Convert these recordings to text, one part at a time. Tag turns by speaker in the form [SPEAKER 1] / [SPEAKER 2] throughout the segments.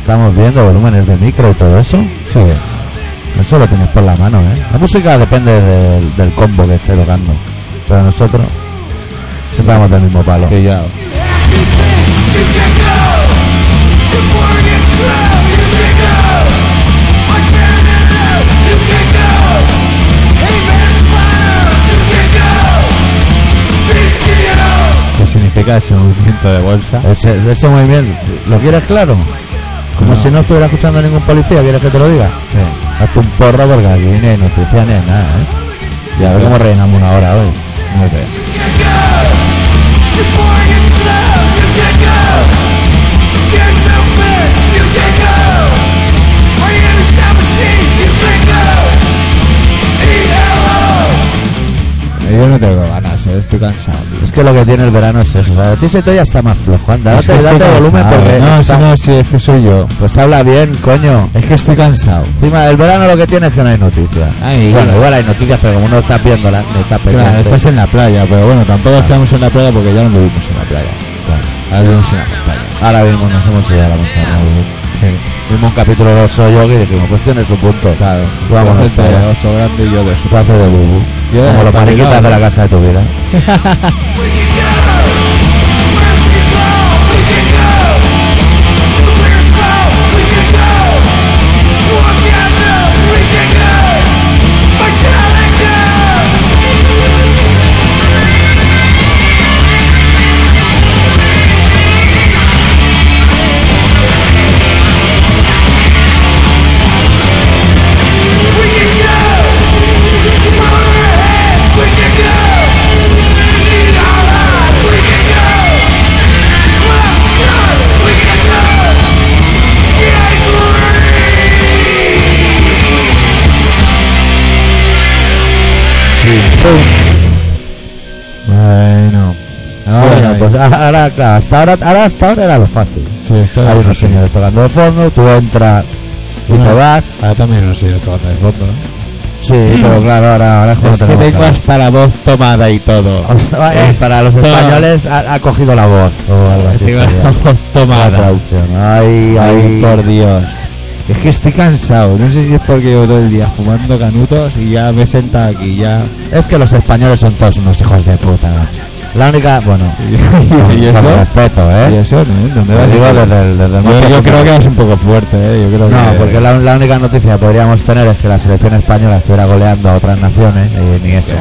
[SPEAKER 1] estamos viendo, volúmenes de micro y todo eso.
[SPEAKER 2] Sí.
[SPEAKER 1] Eso lo tienes por la mano, ¿eh? La música depende del, del combo que esté tocando. Pero nosotros siempre vamos del mismo palo.
[SPEAKER 2] Pillado. ¿Qué significa ese movimiento de bolsa?
[SPEAKER 1] Ese, ese movimiento, ¿lo quieres claro? Como
[SPEAKER 2] No.
[SPEAKER 1] si no estuviera escuchando a ningún policía, ¿quieres que te lo diga?
[SPEAKER 2] Sí.
[SPEAKER 1] Hazte un porro porque aquí ni hay noticias ni hay nada, ¿eh? Y a ver cómo rellenamos una hora hoy.
[SPEAKER 2] Muy bien.
[SPEAKER 3] E
[SPEAKER 2] Yo no tengo ganas, eh, estoy cansado. tío.
[SPEAKER 1] Es que lo que tiene el verano es eso. O sea, a ti se te ya está más flojo. Anda, date,
[SPEAKER 2] Es que estoy
[SPEAKER 1] date
[SPEAKER 2] cansado,
[SPEAKER 1] volumen porque.
[SPEAKER 2] No,
[SPEAKER 1] está-
[SPEAKER 2] si no, si es que soy yo.
[SPEAKER 1] Pues habla bien, coño.
[SPEAKER 2] Es que estoy cansado.
[SPEAKER 1] Encima, el verano lo que tiene es que no hay noticias.
[SPEAKER 2] Ay,
[SPEAKER 1] bueno,
[SPEAKER 2] claro.
[SPEAKER 1] igual hay noticias, pero como no estás viéndolas, no estás pendiente.
[SPEAKER 2] Claro, estás en la playa, pero bueno, tampoco estamos en la playa porque ya no vivimos en la playa. Ahora vivimos en la montaña.
[SPEAKER 1] Ahora mismo nos hemos ido a la montaña. Vimos un capítulo de Oso Yogi y dijimos, pues tiene su punto.
[SPEAKER 2] Claro, eh,
[SPEAKER 1] Vámonos,
[SPEAKER 2] gente
[SPEAKER 1] para
[SPEAKER 2] de
[SPEAKER 1] allá.
[SPEAKER 2] oso grande y yo de su
[SPEAKER 1] Paso de bubu.
[SPEAKER 2] Yo de
[SPEAKER 1] Como los
[SPEAKER 2] Paco
[SPEAKER 1] mariquitas
[SPEAKER 2] Lago.
[SPEAKER 1] de la casa de tu vida.
[SPEAKER 2] Bueno,
[SPEAKER 1] bueno,
[SPEAKER 2] ahí.
[SPEAKER 1] pues ahora, claro, hasta ahora, ahora, hasta ahora era lo fácil.
[SPEAKER 2] Sí, esto
[SPEAKER 1] Hay unos señores tocando de fondo, tú entras y
[SPEAKER 2] Bueno.
[SPEAKER 1] te vas.
[SPEAKER 2] Ahora también no sé de todo de fondo. ¿eh?
[SPEAKER 1] Sí, pero claro, ahora, ahora es como
[SPEAKER 2] Es que Ah,
[SPEAKER 1] tenemos
[SPEAKER 2] tengo
[SPEAKER 1] claro.
[SPEAKER 2] hasta la voz tomada y todo.
[SPEAKER 1] O sea, eh, Para los
[SPEAKER 2] Esto-
[SPEAKER 1] españoles ha, ha cogido la voz o algo así.
[SPEAKER 2] Tengo
[SPEAKER 1] sería.
[SPEAKER 2] la voz
[SPEAKER 1] La
[SPEAKER 2] tomada.
[SPEAKER 1] traducción. Ay,
[SPEAKER 2] Ay,
[SPEAKER 1] ay.
[SPEAKER 2] por Dios. Es que estoy cansado. No sé si es porque llevo todo el día fumando canutos y ya me he sentado aquí. Ya.
[SPEAKER 1] Es que los españoles son todos unos hijos de puta. macho. La única, bueno,
[SPEAKER 2] ¿Y
[SPEAKER 1] con
[SPEAKER 2] eso?
[SPEAKER 1] respeto, ¿eh?
[SPEAKER 2] ¿Y eso? ¿no? ¿Dónde
[SPEAKER 1] Lo
[SPEAKER 2] vas?
[SPEAKER 1] digo desde el- desde el más
[SPEAKER 2] yo, yo
[SPEAKER 1] profundo.
[SPEAKER 2] creo que es un poco fuerte, ¿eh? Yo creo
[SPEAKER 1] No,
[SPEAKER 2] que...
[SPEAKER 1] porque la, la única noticia que podríamos tener es que la selección española estuviera goleando a otras naciones y ni eso.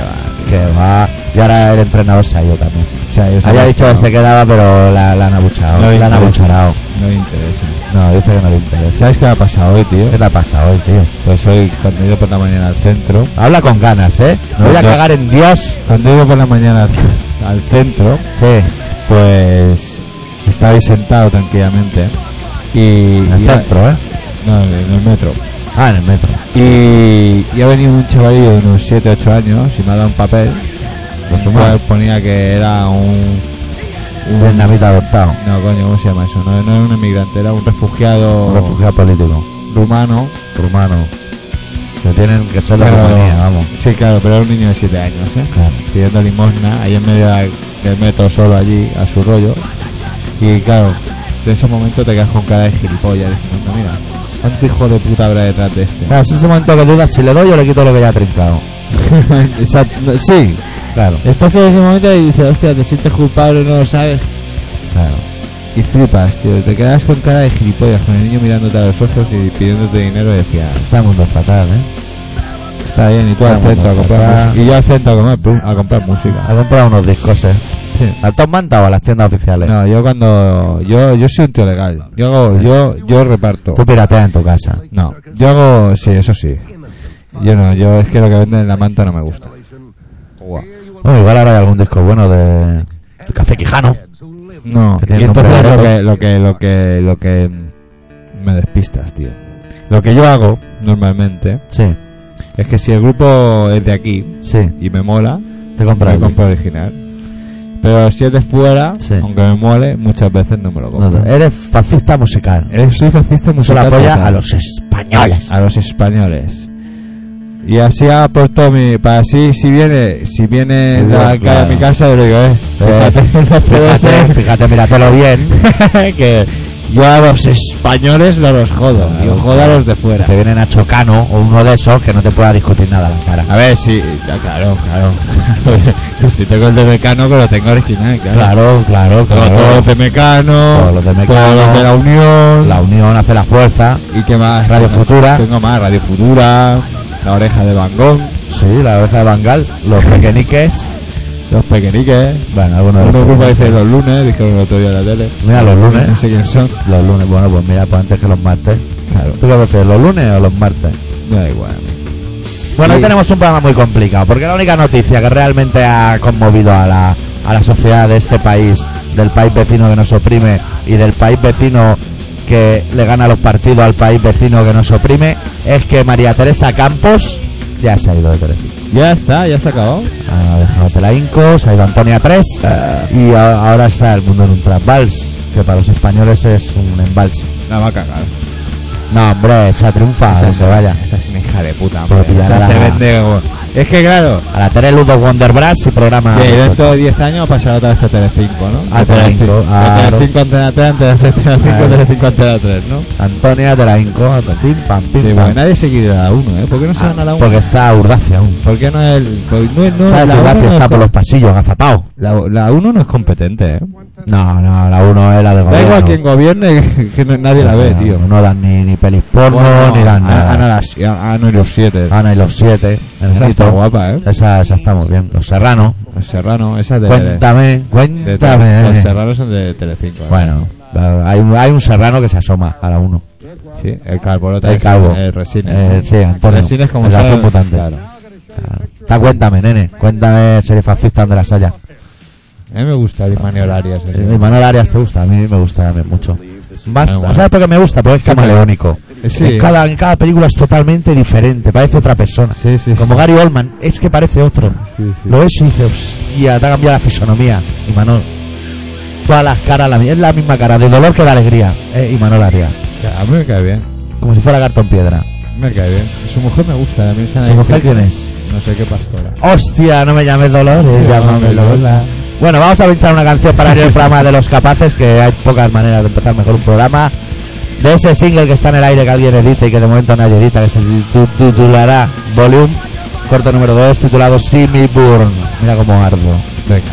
[SPEAKER 1] Que va. Y ahora el entrenador se ha ido también.
[SPEAKER 2] O sea, yo
[SPEAKER 1] Había dicho que se quedaba, pero la, la han abuchado.
[SPEAKER 2] No le
[SPEAKER 1] la han
[SPEAKER 2] interesa.
[SPEAKER 1] abuchado.
[SPEAKER 2] No me interesa.
[SPEAKER 1] No, dice que no le interesa.
[SPEAKER 2] ¿Sabes qué me ha pasado hoy, tío?
[SPEAKER 1] ¿Qué te ha pasado hoy, tío?
[SPEAKER 2] Pues hoy, cuando he ido por la mañana al centro...
[SPEAKER 1] Habla con ganas, ¿eh?
[SPEAKER 2] No,
[SPEAKER 1] Voy a
[SPEAKER 2] Pues no.
[SPEAKER 1] cagar en Dios.
[SPEAKER 2] Cuando he ido por la mañana al- al centro...
[SPEAKER 1] Sí.
[SPEAKER 2] Pues estaba ahí sentado tranquilamente y,
[SPEAKER 1] En
[SPEAKER 2] y
[SPEAKER 1] el
[SPEAKER 2] ha-
[SPEAKER 1] centro, ¿eh?
[SPEAKER 2] no, en el metro.
[SPEAKER 1] Ah, en el metro.
[SPEAKER 2] Y, y ha venido un chavalillo de unos 7, 8 años y me ha dado un papel.
[SPEAKER 1] Lo
[SPEAKER 2] en el
[SPEAKER 1] tomó.
[SPEAKER 2] cual ponía que era un. un-
[SPEAKER 1] Vietnamita adoptado.
[SPEAKER 2] No, coño, ¿cómo se llama eso? No, no era un emigrante, era un refugiado
[SPEAKER 1] Un refugiado político.
[SPEAKER 2] rumano.
[SPEAKER 1] Rumano. Que tienen que ser la
[SPEAKER 2] Pero-
[SPEAKER 1] Rumanía, vamos.
[SPEAKER 2] Sí, claro, pero era un niño de 7 años, ¿eh?
[SPEAKER 1] Claro.
[SPEAKER 2] pidiendo limosna ahí en medio de- del metro solo allí a su rollo y claro en esos momentos te quedas con cara de gilipollas diciendo mira cuánto hijo de puta habrá detrás de este
[SPEAKER 1] Claro, es ese momento que dudas si le doy o le quito lo que ya ha trincado.
[SPEAKER 2] Exacto, no, sí
[SPEAKER 1] Claro,
[SPEAKER 2] estás en ese momento y dices hostia te sientes culpable no lo sabes
[SPEAKER 1] claro.
[SPEAKER 2] y flipas tío te quedas con cara de gilipollas con el niño mirándote a los ojos y pidiéndote dinero y decía
[SPEAKER 1] Está el mundo fatal, ¿eh?
[SPEAKER 2] está bien y tú al
[SPEAKER 1] Vamos,
[SPEAKER 2] centro a comprar
[SPEAKER 1] papá.
[SPEAKER 2] música y yo al centro a, comer, pum, a comprar música
[SPEAKER 1] Ha comprado unos discos, ¿eh?
[SPEAKER 2] Sí.
[SPEAKER 1] ¿Al Tom Manta o a las tiendas oficiales?
[SPEAKER 2] No, yo cuando. Yo, yo soy un tío legal. Yo hago-
[SPEAKER 1] Sí.
[SPEAKER 2] yo, yo reparto.
[SPEAKER 1] Tú pirateas en tu casa.
[SPEAKER 2] No, yo hago. Oh, Sí, eso sí. Yo no, yo es que lo que venden en la manta no me gusta.
[SPEAKER 1] Bueno, igual ahora hay algún disco bueno de... de Café Quijano.
[SPEAKER 2] No,
[SPEAKER 1] Que
[SPEAKER 2] y
[SPEAKER 1] tiene
[SPEAKER 2] entonces
[SPEAKER 1] nombre
[SPEAKER 2] lo
[SPEAKER 1] de
[SPEAKER 2] que, lo que, lo que, lo que. mm, Me despistas, tío. Lo que yo hago normalmente
[SPEAKER 1] Sí,
[SPEAKER 2] es que si el grupo es de aquí
[SPEAKER 1] sí.
[SPEAKER 2] y me mola,
[SPEAKER 1] Te compras
[SPEAKER 2] me compro original. Pero si es de fuera,
[SPEAKER 1] Sí.
[SPEAKER 2] aunque me mole, muchas veces no me lo compro.
[SPEAKER 1] Eres fascista musical.
[SPEAKER 2] Eres- soy fascista
[SPEAKER 1] Eso
[SPEAKER 2] musical
[SPEAKER 1] la apoya
[SPEAKER 2] total.
[SPEAKER 1] a los españoles.
[SPEAKER 2] a los españoles. Y así aportó mi. Para así, si viene, si
[SPEAKER 1] Sí,
[SPEAKER 2] viene la
[SPEAKER 1] claro.
[SPEAKER 2] cara a mi casa, yo le digo, eh,
[SPEAKER 1] Eh,
[SPEAKER 2] fíjate, no te
[SPEAKER 1] Fíjate,
[SPEAKER 2] ves,
[SPEAKER 1] fíjate, míratelo bien.
[SPEAKER 2] eh, que, Yo a los españoles no los jodo,
[SPEAKER 1] Ah,
[SPEAKER 2] yo
[SPEAKER 1] bueno.
[SPEAKER 2] jodo a los de
[SPEAKER 1] Que
[SPEAKER 2] fuera.
[SPEAKER 1] te vienen a Chocano o uno de esos que no te pueda discutir nada a la cara.
[SPEAKER 2] A ver, sí, ya, claro, claro. que si tengo el de Mecano, que lo tengo original, claro.
[SPEAKER 1] Claro, claro,
[SPEAKER 2] Tengo todos los de Mecano,
[SPEAKER 1] Todos los de Mecano.
[SPEAKER 2] todos los de La Unión.
[SPEAKER 1] La unión hace la fuerza.
[SPEAKER 2] ¿Y qué más?
[SPEAKER 1] Radio
[SPEAKER 2] Tengo-
[SPEAKER 1] Futura.
[SPEAKER 2] Tengo más, Radio Futura, La Oreja de Van Gogh,
[SPEAKER 1] Sí, la oreja de Bangal, los pequeñiques.
[SPEAKER 2] Los Pequeñiques.
[SPEAKER 1] Bueno, algunos de
[SPEAKER 2] Uno
[SPEAKER 1] los
[SPEAKER 2] grupo
[SPEAKER 1] pequeñiques.
[SPEAKER 2] dice los lunes, dijeron el otro día en la tele.
[SPEAKER 1] Mira, los lunes.
[SPEAKER 2] No sé quién son.
[SPEAKER 1] Los lunes, bueno, pues mira, pues antes que los martes.
[SPEAKER 2] Claro.
[SPEAKER 1] ¿Tú qué prefieres, los lunes o los martes?
[SPEAKER 2] Da igual. a mí.
[SPEAKER 1] Bueno, hoy
[SPEAKER 2] Sí.
[SPEAKER 1] tenemos un programa muy complicado, porque la única noticia que realmente ha conmovido a la, a la sociedad de este país, del país vecino que nos oprime y del país vecino que le gana los partidos al país vecino que nos oprime, es que María Teresa Campos ya se ha ido de Telecinco.
[SPEAKER 2] Ya está, ya se acabó.
[SPEAKER 1] Ha dejado Telainco, se ha ido Antonia 3
[SPEAKER 2] Ah.
[SPEAKER 1] y a- ahora está el mundo en un trasvals, que para los españoles es un embalse.
[SPEAKER 2] La va a cagar.
[SPEAKER 1] No, hombre, se triunfa,
[SPEAKER 2] Esa
[SPEAKER 1] que
[SPEAKER 2] es-
[SPEAKER 1] se vaya.
[SPEAKER 2] Esa es una hija de puta,
[SPEAKER 1] Pero
[SPEAKER 2] hombre.
[SPEAKER 1] pillará
[SPEAKER 2] Esa se
[SPEAKER 1] la-
[SPEAKER 2] vende como- Es que claro,
[SPEAKER 1] A la Tere Luz de Wonder Brass y programa.
[SPEAKER 2] que
[SPEAKER 1] Nosotros.
[SPEAKER 2] dentro de 10 años pasará otra vez a Telecinco, ¿no?
[SPEAKER 1] A Telecinco,
[SPEAKER 2] A
[SPEAKER 1] claro.
[SPEAKER 2] Telecinco Antena 3, Antena 3, Telecinco,
[SPEAKER 1] Claro.
[SPEAKER 2] Telecinco Antena 3, ¿no?
[SPEAKER 1] Antonia de la Inco, pim, pam, pim,
[SPEAKER 2] Sí,
[SPEAKER 1] pam.
[SPEAKER 2] porque nadie se quiere ir a la 1, ¿eh? ¿Por qué no se
[SPEAKER 1] Ah,
[SPEAKER 2] van a la 1?
[SPEAKER 1] porque está Urdacia aún.
[SPEAKER 2] ¿Por qué no es el.? pues no es- no,
[SPEAKER 1] ¿Sabes?
[SPEAKER 2] la
[SPEAKER 1] que Urdacia
[SPEAKER 2] uno no
[SPEAKER 1] está
[SPEAKER 2] es
[SPEAKER 1] por
[SPEAKER 2] com-
[SPEAKER 1] los pasillos, agazapado.
[SPEAKER 2] La, la 1 no es competente, ¿eh?
[SPEAKER 1] No, no, la 1 es la del
[SPEAKER 2] Da
[SPEAKER 1] gobierno.
[SPEAKER 2] igual quien gobierne, que, no- nadie la ve,
[SPEAKER 1] No,
[SPEAKER 2] tío.
[SPEAKER 1] No dan ni, ni pelis porno,
[SPEAKER 2] Bueno,
[SPEAKER 1] ni dan
[SPEAKER 2] Ana,
[SPEAKER 1] nada. Ah,
[SPEAKER 2] Ana las- Ana y los 7.
[SPEAKER 1] Ana y los siete. el
[SPEAKER 2] Esa está
[SPEAKER 1] grito.
[SPEAKER 2] guapa, ¿eh?
[SPEAKER 1] Esa, esa está muy bien. Los Serrano.
[SPEAKER 2] Los Serrano, esa es de.
[SPEAKER 1] Cuéntame,
[SPEAKER 2] de-
[SPEAKER 1] cuéntame.
[SPEAKER 2] Los Serrano son de Telecinco. ¿eh?
[SPEAKER 1] Bueno, hay, un- hay un Serrano que se asoma a la 1.
[SPEAKER 2] Sí, el calvo,
[SPEAKER 1] El calvo.
[SPEAKER 2] El resines.
[SPEAKER 1] Eh, sí, Antonio.
[SPEAKER 2] Resines como
[SPEAKER 1] El
[SPEAKER 2] sabe-
[SPEAKER 1] azul mutante.
[SPEAKER 2] Claro.
[SPEAKER 1] Ah, Está, cuéntame, nene. Cuéntame, serie fascista de la saya.
[SPEAKER 2] A mí me gusta el Imanol Arias. eh.
[SPEAKER 1] Eh, Manuel Arias te gusta, a mí me gusta me- mucho. Más,
[SPEAKER 2] Ah, bueno.
[SPEAKER 1] ¿Sabes por qué me gusta? Porque es
[SPEAKER 2] Sí,
[SPEAKER 1] camaleónico.
[SPEAKER 2] pero- sí.
[SPEAKER 1] En, cada, en cada película es totalmente diferente, parece otra persona.
[SPEAKER 2] Sí, sí,
[SPEAKER 1] Como
[SPEAKER 2] sí.
[SPEAKER 1] Gary Oldman, es que parece otro.
[SPEAKER 2] Sí, sí.
[SPEAKER 1] Lo es y dice, hostia, te ha cambiado la fisonomía, Imanol. Todas las caras, la mi- es la misma cara, de dolor que de alegría. Eh, Imanol Arias.
[SPEAKER 2] A mí me cae bien.
[SPEAKER 1] Como si fuera cartón piedra.
[SPEAKER 2] Me cae bien. Su mujer me gusta. A mí esa
[SPEAKER 1] ¿Su mujer quién es?
[SPEAKER 2] No sé qué pastora.
[SPEAKER 1] Hostia, no me llames dolor, eh,
[SPEAKER 2] No,
[SPEAKER 1] llámame
[SPEAKER 2] no, no.
[SPEAKER 1] Lola. Bueno, vamos a pinchar una canción para abrir el programa de los capaces, que hay pocas maneras de empezar mejor un programa. De ese single que está en el aire que alguien edita y que de momento nadie edita, que se tu- titulará Volume, corte número 2, titulado Simi Burn. Mira cómo ardo.
[SPEAKER 2] Venga.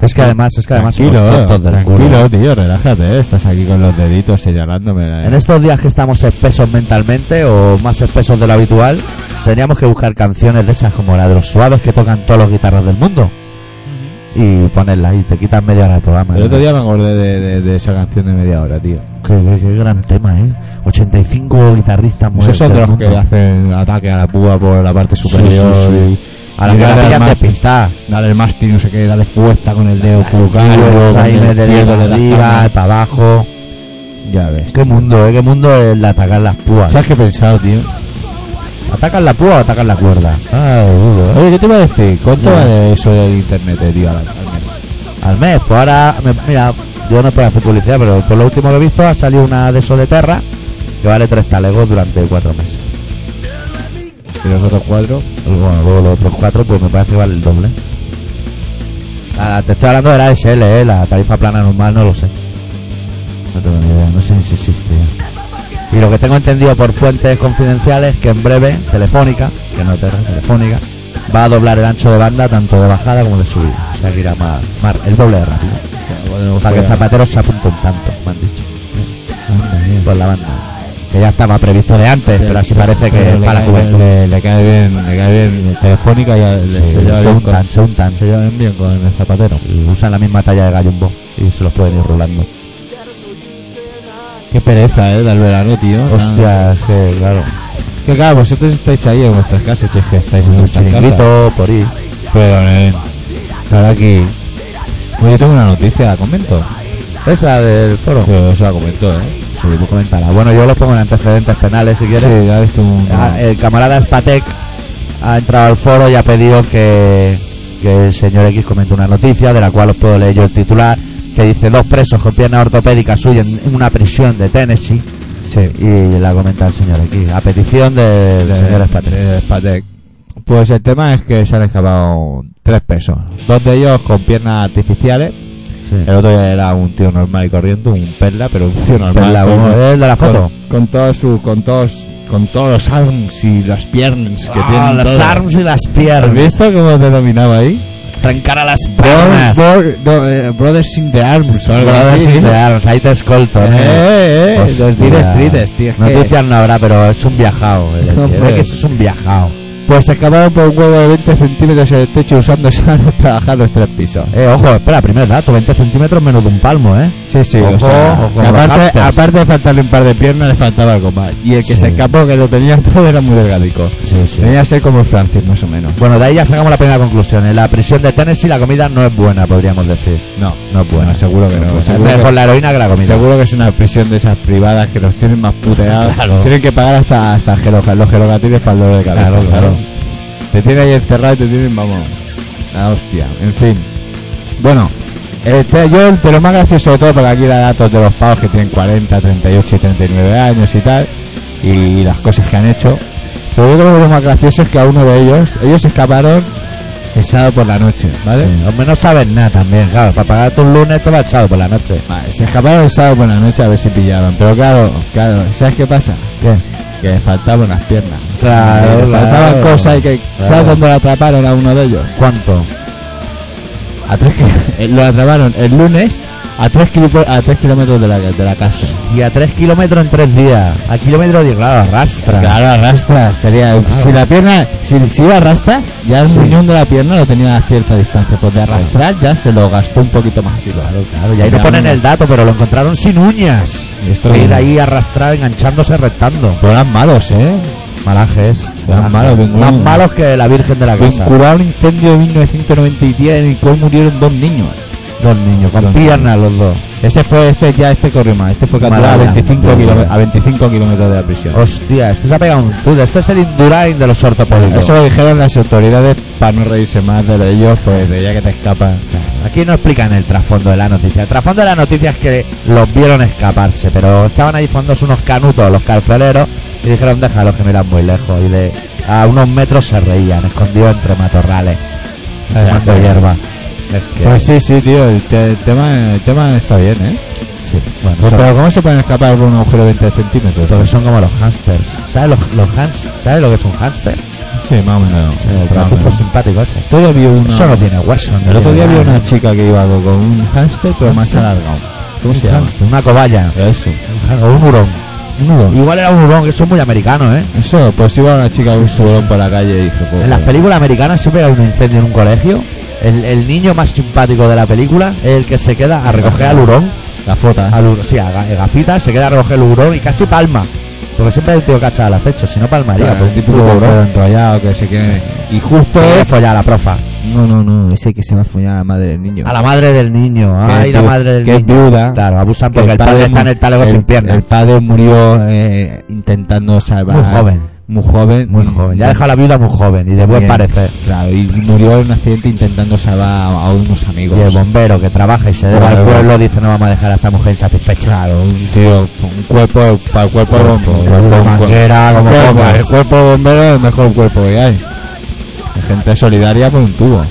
[SPEAKER 1] Es que además, es que además somos tontos del culo.
[SPEAKER 2] tranquilo, tío, relájate. eh. Estás aquí con los deditos señalándome. la-
[SPEAKER 1] En estos días que estamos espesos mentalmente o más espesos de lo habitual, teníamos que buscar canciones de esas como la de los suaves que tocan todos los guitarras del mundo y ponerla ahí, te quitas media hora del programa.
[SPEAKER 2] El
[SPEAKER 1] ¿no?
[SPEAKER 2] otro día me acordé de, de- de esa canción de media hora, tío.
[SPEAKER 1] Qué, qué- qué gran tema, ¿eh? 85 guitarristas
[SPEAKER 2] Pues
[SPEAKER 1] muertos.
[SPEAKER 2] Esos son de
[SPEAKER 1] del
[SPEAKER 2] los que
[SPEAKER 1] mundo.
[SPEAKER 2] hacen ataque a la púa por la parte
[SPEAKER 1] Sí,
[SPEAKER 2] superior.
[SPEAKER 1] sí, sí.
[SPEAKER 2] y-
[SPEAKER 1] A la
[SPEAKER 2] y
[SPEAKER 1] que la
[SPEAKER 2] dale al
[SPEAKER 1] pillan
[SPEAKER 2] mástil,
[SPEAKER 1] despistada.
[SPEAKER 2] Dale el mástil, no sé qué, dale fuerza con el dedo
[SPEAKER 1] Ahí
[SPEAKER 2] pulgar.
[SPEAKER 1] me de
[SPEAKER 2] dedo
[SPEAKER 1] para arriba, para abajo.
[SPEAKER 2] Ya ves.
[SPEAKER 1] Qué mundo, ¿eh? Qué mundo es el de atacar las púas.
[SPEAKER 2] ¿Sabes qué he pensado, tío?
[SPEAKER 1] ¿Atacan la púa o atacan la cuerda?
[SPEAKER 2] Ah, duro. Oye, ¿qué te iba a decir? ¿Cuánto
[SPEAKER 1] ¿eh? Ya.
[SPEAKER 2] vale eso del internet, eh, tío? al- al mes?
[SPEAKER 1] al mes. Pues ahora, me- mira, yo no es por hacer publicidad, pero por lo último que he visto ha salido una de esos de Terra que vale tres talegos durante cuatro meses.
[SPEAKER 2] ¿Y los otros cuatro?
[SPEAKER 1] Y Bueno, luego los otros cuatro, pues me parece que vale el doble. Ah, te estoy hablando de la SL, ¿eh? la tarifa plana normal, no lo sé. No tengo ni idea, no sé ni si existe. Y lo que tengo entendido por fuentes confidenciales que en breve Telefónica, que no Terra, Telefónica, va a doblar el ancho de banda tanto de bajada como de subida. O sea que irá más, más- el doble de rápido. Para que zapateros se apunten tanto, me han dicho, por la banda. Que ya estaba previsto de antes, pero así parece que es
[SPEAKER 2] le
[SPEAKER 1] para la
[SPEAKER 2] cae-
[SPEAKER 1] juventud.
[SPEAKER 2] Le, le cae bien, le cae bien. Telefónica ya le-
[SPEAKER 1] Sí,
[SPEAKER 2] se, lleva
[SPEAKER 1] se
[SPEAKER 2] bien
[SPEAKER 1] untan,
[SPEAKER 2] con,
[SPEAKER 1] se untan.
[SPEAKER 2] se lleva bien con el zapatero.
[SPEAKER 1] Y usan la misma talla de gallumbo y se los pueden ir rulando.
[SPEAKER 2] Ah. Qué pereza, eh, del verano, tío.
[SPEAKER 1] Hostia, es que claro.
[SPEAKER 2] Que claro, vosotros estáis ahí en vuestras casas, si es que estáis en vuestras casas.
[SPEAKER 1] Chiringuito, por ir.
[SPEAKER 2] Pero, eh, ahora aquí... Bueno, pues yo tengo una noticia, comento.
[SPEAKER 1] Esa del foro.
[SPEAKER 2] Sí, eso la comento, eh.
[SPEAKER 1] Sí, tú coméntala. Bueno, yo lo pongo en antecedentes penales si quieres.
[SPEAKER 2] Sí, ya he visto un...
[SPEAKER 1] Ah, El camarada Spatek ha entrado al foro y ha pedido que, que el señor X comente una noticia, de la cual os puedo leer yo el titular, que dice dos presos con piernas ortopédicas huyen en una prisión de Tennessee.
[SPEAKER 2] sí.
[SPEAKER 1] Y la comenta el señor X, a petición del
[SPEAKER 2] de-
[SPEAKER 1] señor pues, eh, Spatek.
[SPEAKER 2] de Spatek. Pues el tema es que se han escapado tres pesos. Dos de ellos con piernas artificiales. El otro era un tío normal y corriendo, un perla, pero un tío normal.
[SPEAKER 1] Perla,
[SPEAKER 2] con-
[SPEAKER 1] bueno, ¿el de la
[SPEAKER 2] con-
[SPEAKER 1] foto?
[SPEAKER 2] Con, todos sus, con todos, con todos los arms y las piernas que
[SPEAKER 1] Ah,
[SPEAKER 2] tienen.
[SPEAKER 1] las
[SPEAKER 2] todos.
[SPEAKER 1] arms y las
[SPEAKER 2] ¿Has
[SPEAKER 1] piernas.
[SPEAKER 2] visto cómo te dominaba ahí?
[SPEAKER 1] Trancar a las
[SPEAKER 2] Bro-
[SPEAKER 1] piernas.
[SPEAKER 2] bro- no, eh, brothers in the arms. o algo
[SPEAKER 1] Brothers
[SPEAKER 2] así,
[SPEAKER 1] in
[SPEAKER 2] ¿no?
[SPEAKER 1] the arms, ahí te escolto.
[SPEAKER 2] Eh,
[SPEAKER 1] nene.
[SPEAKER 2] eh, eh,
[SPEAKER 1] Hostia.
[SPEAKER 2] los Dire Streets, tío. es que-
[SPEAKER 1] Noticias no habrá, pero es un eh, viajado. el- el-
[SPEAKER 2] Hombre.
[SPEAKER 1] el X es un viajado.
[SPEAKER 2] Pues se escaparon por un huevo de 20 centímetros en el techo usando sanos para bajar los tres pisos.
[SPEAKER 1] Eh, ojo, espera, primer dato, 20 centímetros menos de un palmo, ¿eh?
[SPEAKER 2] Sí, sí,
[SPEAKER 1] Ojo,
[SPEAKER 2] o sea,
[SPEAKER 1] ojo,
[SPEAKER 2] que aparte,
[SPEAKER 1] hamsters.
[SPEAKER 2] aparte de faltarle un par de piernas, le faltaba algo más. Y el que
[SPEAKER 1] Sí.
[SPEAKER 2] se escapó, que lo tenía todo, era muy delgadico.
[SPEAKER 1] Sí, sí.
[SPEAKER 2] Tenía que ser como Francis, más o menos.
[SPEAKER 1] Bueno, de ahí ya sacamos la primera conclusión. En la prisión de Tennessee la comida no es buena, podríamos decir.
[SPEAKER 2] No,
[SPEAKER 1] No es buena.
[SPEAKER 2] No, seguro que
[SPEAKER 1] es
[SPEAKER 2] no.
[SPEAKER 1] buena.
[SPEAKER 2] Pues Seguro
[SPEAKER 1] es Pues mejor
[SPEAKER 2] que-
[SPEAKER 1] la heroína que la comida.
[SPEAKER 2] seguro que es una prisión de esas privadas que los tienen más puteados.
[SPEAKER 1] Claro.
[SPEAKER 2] Tienen que pagar hasta, hasta gelo- los gelogatines para el dolor de cabeza.
[SPEAKER 1] Claro, claro.
[SPEAKER 2] Te tienen ahí encerrado y te tienen, vamos, la hostia. En fin. Bueno, eh, te- yo, de lo más gracioso de todo, porque aquí da datos de los pavos que tienen 40, 38 y 39 años y tal, y, las cosas que han hecho. Pero yo creo que lo más gracioso es que a uno de ellos, ellos se escaparon el sábado por la noche, ¿vale?
[SPEAKER 1] Sí, Hombre, no sabes nada también, claro. Para pagarte un lunes te va echado por la noche.
[SPEAKER 2] Vale, se escaparon el sábado por la noche a ver si pillaban. Pero claro, claro, ¿sabes qué pasa? Que le faltaban unas piernas.
[SPEAKER 1] Claro,
[SPEAKER 2] Le faltaban
[SPEAKER 1] claro.
[SPEAKER 2] cosas y que.
[SPEAKER 1] Claro.
[SPEAKER 2] ¿Sabes dónde lo atraparon a uno de ellos?
[SPEAKER 1] ¿Cuánto?
[SPEAKER 2] A tres ki- lo atraparon el lunes a tres, kilo- a tres kilómetros de la, de la casa.
[SPEAKER 1] Y a 3 kilómetros en 3 días. A kilómetro 10, claro, arrastra.
[SPEAKER 2] Claro, arrastras. Tenía, Si la pierna, si, si iba a arrastras, ya el riñón de la pierna lo tenía a cierta distancia. Pues de arrastrar ya se lo gastó un poquito más.
[SPEAKER 1] Claro, claro, Y ahí no ponen el dato, pero lo encontraron sin uñas.
[SPEAKER 2] Y esto-
[SPEAKER 1] Ir ahí arrastrado, enganchándose, rectando.
[SPEAKER 2] Pero eran malos, ¿eh?
[SPEAKER 1] Malajes.
[SPEAKER 2] Eran malos, ninguno.
[SPEAKER 1] Más malos que la Virgen de la Casa.
[SPEAKER 2] Vinculado a un Pues incendio de 1993 en el cual murieron dos niños.
[SPEAKER 1] Dos niños, con
[SPEAKER 2] Dos
[SPEAKER 1] piernas los dos.
[SPEAKER 2] Este fue, este ya, este corrió más. Este fue capturado a
[SPEAKER 1] Maravilla.
[SPEAKER 2] 25, kilome- a 25 kilómetros de la prisión.
[SPEAKER 1] Hostia, este se ha pegado un tudo. Este es el Indurain de los ortopédicos.
[SPEAKER 2] Eso lo dijeron las autoridades para no reírse más de ellos, pues de ya que te escapan.
[SPEAKER 1] Aquí no explican el trasfondo de la noticia. El trasfondo de la noticia es que los vieron escaparse, pero estaban ahí fondos unos canutos, los carceleros, y dijeron, déjalos que miran muy lejos. Y de a unos metros se reían, escondidos entre matorrales, fumando hierba. Es que-
[SPEAKER 2] Pues sí, sí, tío, el, te- el tema, el tema está bien, ¿eh?
[SPEAKER 1] sí, bueno,
[SPEAKER 2] Pues,
[SPEAKER 1] son-
[SPEAKER 2] pero ¿cómo se pueden escapar por un agujero de 20 centímetros?
[SPEAKER 1] porque son como los hamsters. ¿Sabes, los, los hams- ¿sabes lo que es un hamster?
[SPEAKER 2] sí, más o menos.
[SPEAKER 1] El
[SPEAKER 2] Más o
[SPEAKER 1] ratufo
[SPEAKER 2] menos.
[SPEAKER 1] simpático ese.
[SPEAKER 2] El otro día vi una- Ah.
[SPEAKER 1] Eso no tiene hueso. no
[SPEAKER 2] El otro día
[SPEAKER 1] tiene
[SPEAKER 2] vi
[SPEAKER 1] nada.
[SPEAKER 2] una chica que iba con un hámster, pero más
[SPEAKER 1] Hámster.
[SPEAKER 2] alargado. ¿Cómo se llama?
[SPEAKER 1] Una cobaya.
[SPEAKER 2] Eso.
[SPEAKER 1] O un hurón.
[SPEAKER 2] Nudo.
[SPEAKER 1] Igual era un hurón, que eso es muy americano, ¿eh?
[SPEAKER 2] Eso, pues iba una chica con un suelón por la calle y dijo... pues,
[SPEAKER 1] En las películas americanas siempre hay un incendio en un colegio. El, el niño más simpático de la película es el que se queda a recoger al hurón.
[SPEAKER 2] La fota.
[SPEAKER 1] Al hurón sí, a, ga- a gafitas, se queda a recoger el hurón y casi palma. Porque siempre hay el tío cacha al acecho, si no palmaría.
[SPEAKER 2] Claro, Pues,
[SPEAKER 1] pues
[SPEAKER 2] el típico
[SPEAKER 1] puto
[SPEAKER 2] pelo
[SPEAKER 1] hurón.
[SPEAKER 2] enrollado que se quiere... Y justo
[SPEAKER 1] Quiere
[SPEAKER 2] es...
[SPEAKER 1] follar a la profa.
[SPEAKER 2] No, no, no, ese que se va a follar a la madre del niño.
[SPEAKER 1] A la madre del niño. Ay, la
[SPEAKER 2] tío,
[SPEAKER 1] madre del
[SPEAKER 2] qué
[SPEAKER 1] niño.
[SPEAKER 2] viuda.
[SPEAKER 1] Claro, abusan porque el padre está en el talego
[SPEAKER 2] mu-
[SPEAKER 1] sin
[SPEAKER 2] el-
[SPEAKER 1] piernas.
[SPEAKER 2] El padre murió eh, intentando salvar.
[SPEAKER 1] Muy joven.
[SPEAKER 2] Muy joven.
[SPEAKER 1] muy joven. Ya ha dejado a la viuda muy joven y de buen
[SPEAKER 2] Bien.
[SPEAKER 1] parecer.
[SPEAKER 2] Claro, y murió en un accidente intentando salvar a, a unos
[SPEAKER 1] Y
[SPEAKER 2] amigos.
[SPEAKER 1] el bombero que trabaja y se debe
[SPEAKER 2] Claro.
[SPEAKER 1] al pueblo dice no vamos a dejar a esta mujer insatisfecha.
[SPEAKER 2] Claro, un tío, un cuerpo, para el cuerpo,
[SPEAKER 1] Cuerpo,
[SPEAKER 2] bombo-
[SPEAKER 1] cuerpo
[SPEAKER 2] un cuerpo-
[SPEAKER 1] manguera, como
[SPEAKER 2] un cuerpo,
[SPEAKER 1] pocas.
[SPEAKER 2] El cuerpo bombero es el mejor cuerpo que hay. La gente solidaria por un tubo.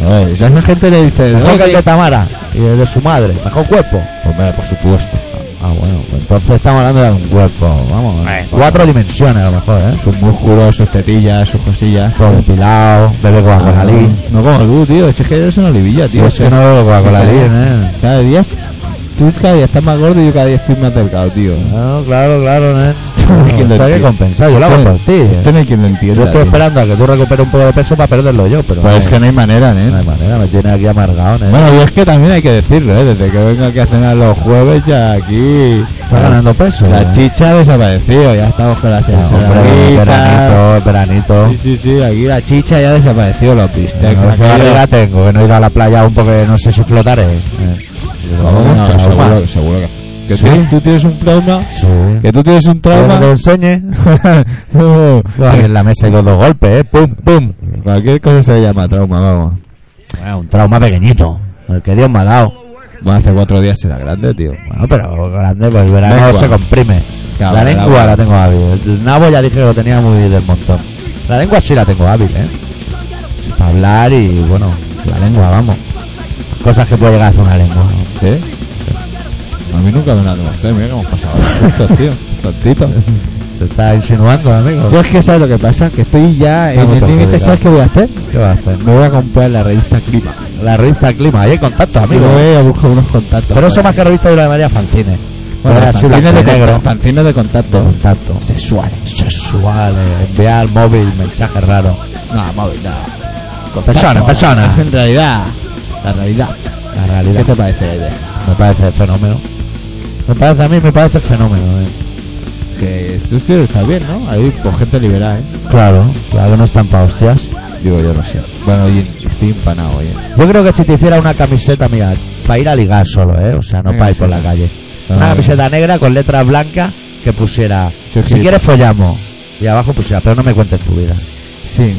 [SPEAKER 2] Joder, esa es la gente le dice,
[SPEAKER 1] Mejor
[SPEAKER 2] "Oye,
[SPEAKER 1] que el de Tamara y el de su madre. Mejor cuerpo.
[SPEAKER 2] Hombre, por supuesto. Ah, bueno, pues
[SPEAKER 1] Entonces estamos hablando de un cuerpo, vamos,
[SPEAKER 2] Eh,
[SPEAKER 1] cuatro dimensiones a lo mejor, ¿eh?
[SPEAKER 2] sus músculos, sus tetillas, sus cosillas. Ah,
[SPEAKER 1] Todo depilado, bebe Coca-Cola Lee.
[SPEAKER 2] No como tú, tío. Es que eres una olivilla, tío.
[SPEAKER 1] Yo es que no bebo Coca-Cola Lee, ¿eh?
[SPEAKER 2] Cada día tú cada día estás más gordo y yo cada día estoy más delgado, tío.
[SPEAKER 1] No, claro, claro, ¿eh?
[SPEAKER 2] Esto
[SPEAKER 1] Esto hay que
[SPEAKER 2] no-
[SPEAKER 1] compensar, yo lo hago
[SPEAKER 2] esto no-
[SPEAKER 1] por ti. ¿eh?
[SPEAKER 2] Esto no hay quien lo entienda.
[SPEAKER 1] Yo estoy
[SPEAKER 2] tío.
[SPEAKER 1] esperando a que tú recuperes un poco de peso para perderlo yo, pero
[SPEAKER 2] Pues es
[SPEAKER 1] no,
[SPEAKER 2] que no hay manera, ¿eh?
[SPEAKER 1] no hay manera, me tiene aquí amargado, ¿eh?
[SPEAKER 2] Bueno, y es que también hay que decirlo, ¿eh? Desde que vengo aquí a cenar los jueves ya aquí...
[SPEAKER 1] Está ganando peso.
[SPEAKER 2] La
[SPEAKER 1] ¿eh?
[SPEAKER 2] chicha ha desaparecido, ya estamos con la
[SPEAKER 1] Ah, hombre,
[SPEAKER 2] sensación.
[SPEAKER 1] veranito, veranito.
[SPEAKER 2] Sí, sí, sí, aquí la chicha ya ha desaparecido, los viste.
[SPEAKER 1] Bueno, ¿Qué barriga tengo? Que no he ido a la playa un poco que no sé si flotaré. Eh, digo, no, no, va.
[SPEAKER 2] seguro, seguro que... que
[SPEAKER 1] Sí.
[SPEAKER 2] tienes- tú tienes un trauma,
[SPEAKER 1] Sí.
[SPEAKER 2] que tú tienes un
[SPEAKER 1] ¿Quieres que
[SPEAKER 2] trauma...
[SPEAKER 1] te enseñe?
[SPEAKER 2] No,
[SPEAKER 1] Yo aquí en la mesa he ido dos golpes, ¿eh? Pum, pum.
[SPEAKER 2] Cualquier cosa se llama trauma, vamos.
[SPEAKER 1] Bueno, un trauma pequeñito. El que Dios me ha dado.
[SPEAKER 2] Bueno, hace cuatro días era grande, tío.
[SPEAKER 1] Bueno, pero grande, pues el verano
[SPEAKER 2] Lengua.
[SPEAKER 1] se comprime.
[SPEAKER 2] Claro,
[SPEAKER 1] la
[SPEAKER 2] la
[SPEAKER 1] lengua
[SPEAKER 2] lengua.
[SPEAKER 1] la tengo hábil. El nabo ya dije que lo tenía muy del montón. La lengua sí la tengo hábil, ¿eh? Para hablar y, bueno, la lengua, vamos. Cosas que puede llegar a hacer una lengua.
[SPEAKER 2] ¿Sí? A mí nunca me la demostré, mira que hemos pasado juntos, tío. Tontito.
[SPEAKER 1] Te estás insinuando, amigo.
[SPEAKER 2] Yo Pues es que sabes lo que pasa, que estoy ya en
[SPEAKER 1] Estamos
[SPEAKER 2] el límite, ¿sabes qué voy a hacer?
[SPEAKER 1] ¿Qué vas a hacer?
[SPEAKER 2] Me voy a comprar la revista Clima.
[SPEAKER 1] La revista Clima, ahí hay contactos,
[SPEAKER 2] Me
[SPEAKER 1] amigo.
[SPEAKER 2] voy a buscar unos contactos.
[SPEAKER 1] Pero eso más que revista de la María Fancine.
[SPEAKER 2] Bueno,
[SPEAKER 1] Era así,
[SPEAKER 2] fanzines
[SPEAKER 1] blanco y
[SPEAKER 2] de
[SPEAKER 1] negro.
[SPEAKER 2] contacto. fanzines de contacto.
[SPEAKER 1] Contacto. Sexuales. Sexuales. Enviar móvil, mensajes raros.
[SPEAKER 2] No, móvil, no.
[SPEAKER 1] Persona, persona.
[SPEAKER 2] En realidad, la realidad.
[SPEAKER 1] La realidad.
[SPEAKER 2] ¿Qué te parece la idea?
[SPEAKER 1] Me parece fenómeno. Me parece a mí, me parece fenómeno. eh.
[SPEAKER 2] Que tú tío, estás bien, ¿no? Ahí, pues gente liberada, ¿eh?
[SPEAKER 1] Claro, claro que no están para hostias.
[SPEAKER 2] Digo, yo no sé. Bueno, oye, estoy empanado, oye.
[SPEAKER 1] Yo creo que si te hiciera una camiseta, mira, para ir a ligar solo, ¿eh? O sea, no
[SPEAKER 2] Una
[SPEAKER 1] para ir por la
[SPEAKER 2] camiseta.
[SPEAKER 1] calle.
[SPEAKER 2] Ah,
[SPEAKER 1] Una
[SPEAKER 2] vale.
[SPEAKER 1] camiseta negra con letras blancas que pusiera,
[SPEAKER 2] Sí,
[SPEAKER 1] si
[SPEAKER 2] sí.
[SPEAKER 1] quieres follamos. Y abajo pusiera, pero no me cuentes tu vida.
[SPEAKER 2] Sí,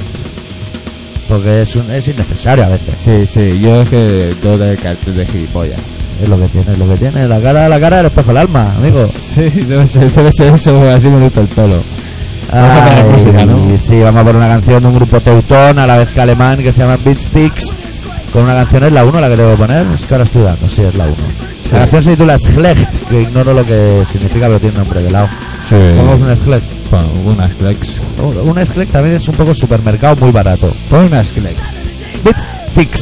[SPEAKER 1] Porque es, un- es innecesario a veces.
[SPEAKER 2] sí, sí. Yo es que tengo que cartel de gilipollas.
[SPEAKER 1] Es lo que tiene, es lo que tiene. La cara, la cara del espejo, el alma, amigo.
[SPEAKER 2] Sí, debe ser, debe ser eso, así me gusta el pelo. Vamos a poner
[SPEAKER 1] Ay,
[SPEAKER 2] música, ¿no?
[SPEAKER 1] Sí, vamos a poner una canción de un grupo teutón, a la vez que alemán, que se llama Beatsticks. Con una canción, es la 1 la que debo poner, es que ahora estoy dando, sí, es la 1. La canción se titula Schlecht, que ignoro lo que significa, pero tiene nombre de lado.
[SPEAKER 2] Sí.
[SPEAKER 1] Pongamos un Schlecht.
[SPEAKER 2] Pon unas clex.
[SPEAKER 1] Un Schlecht también es un poco supermercado muy barato.
[SPEAKER 2] Pon unas clex.
[SPEAKER 1] Beatsticks.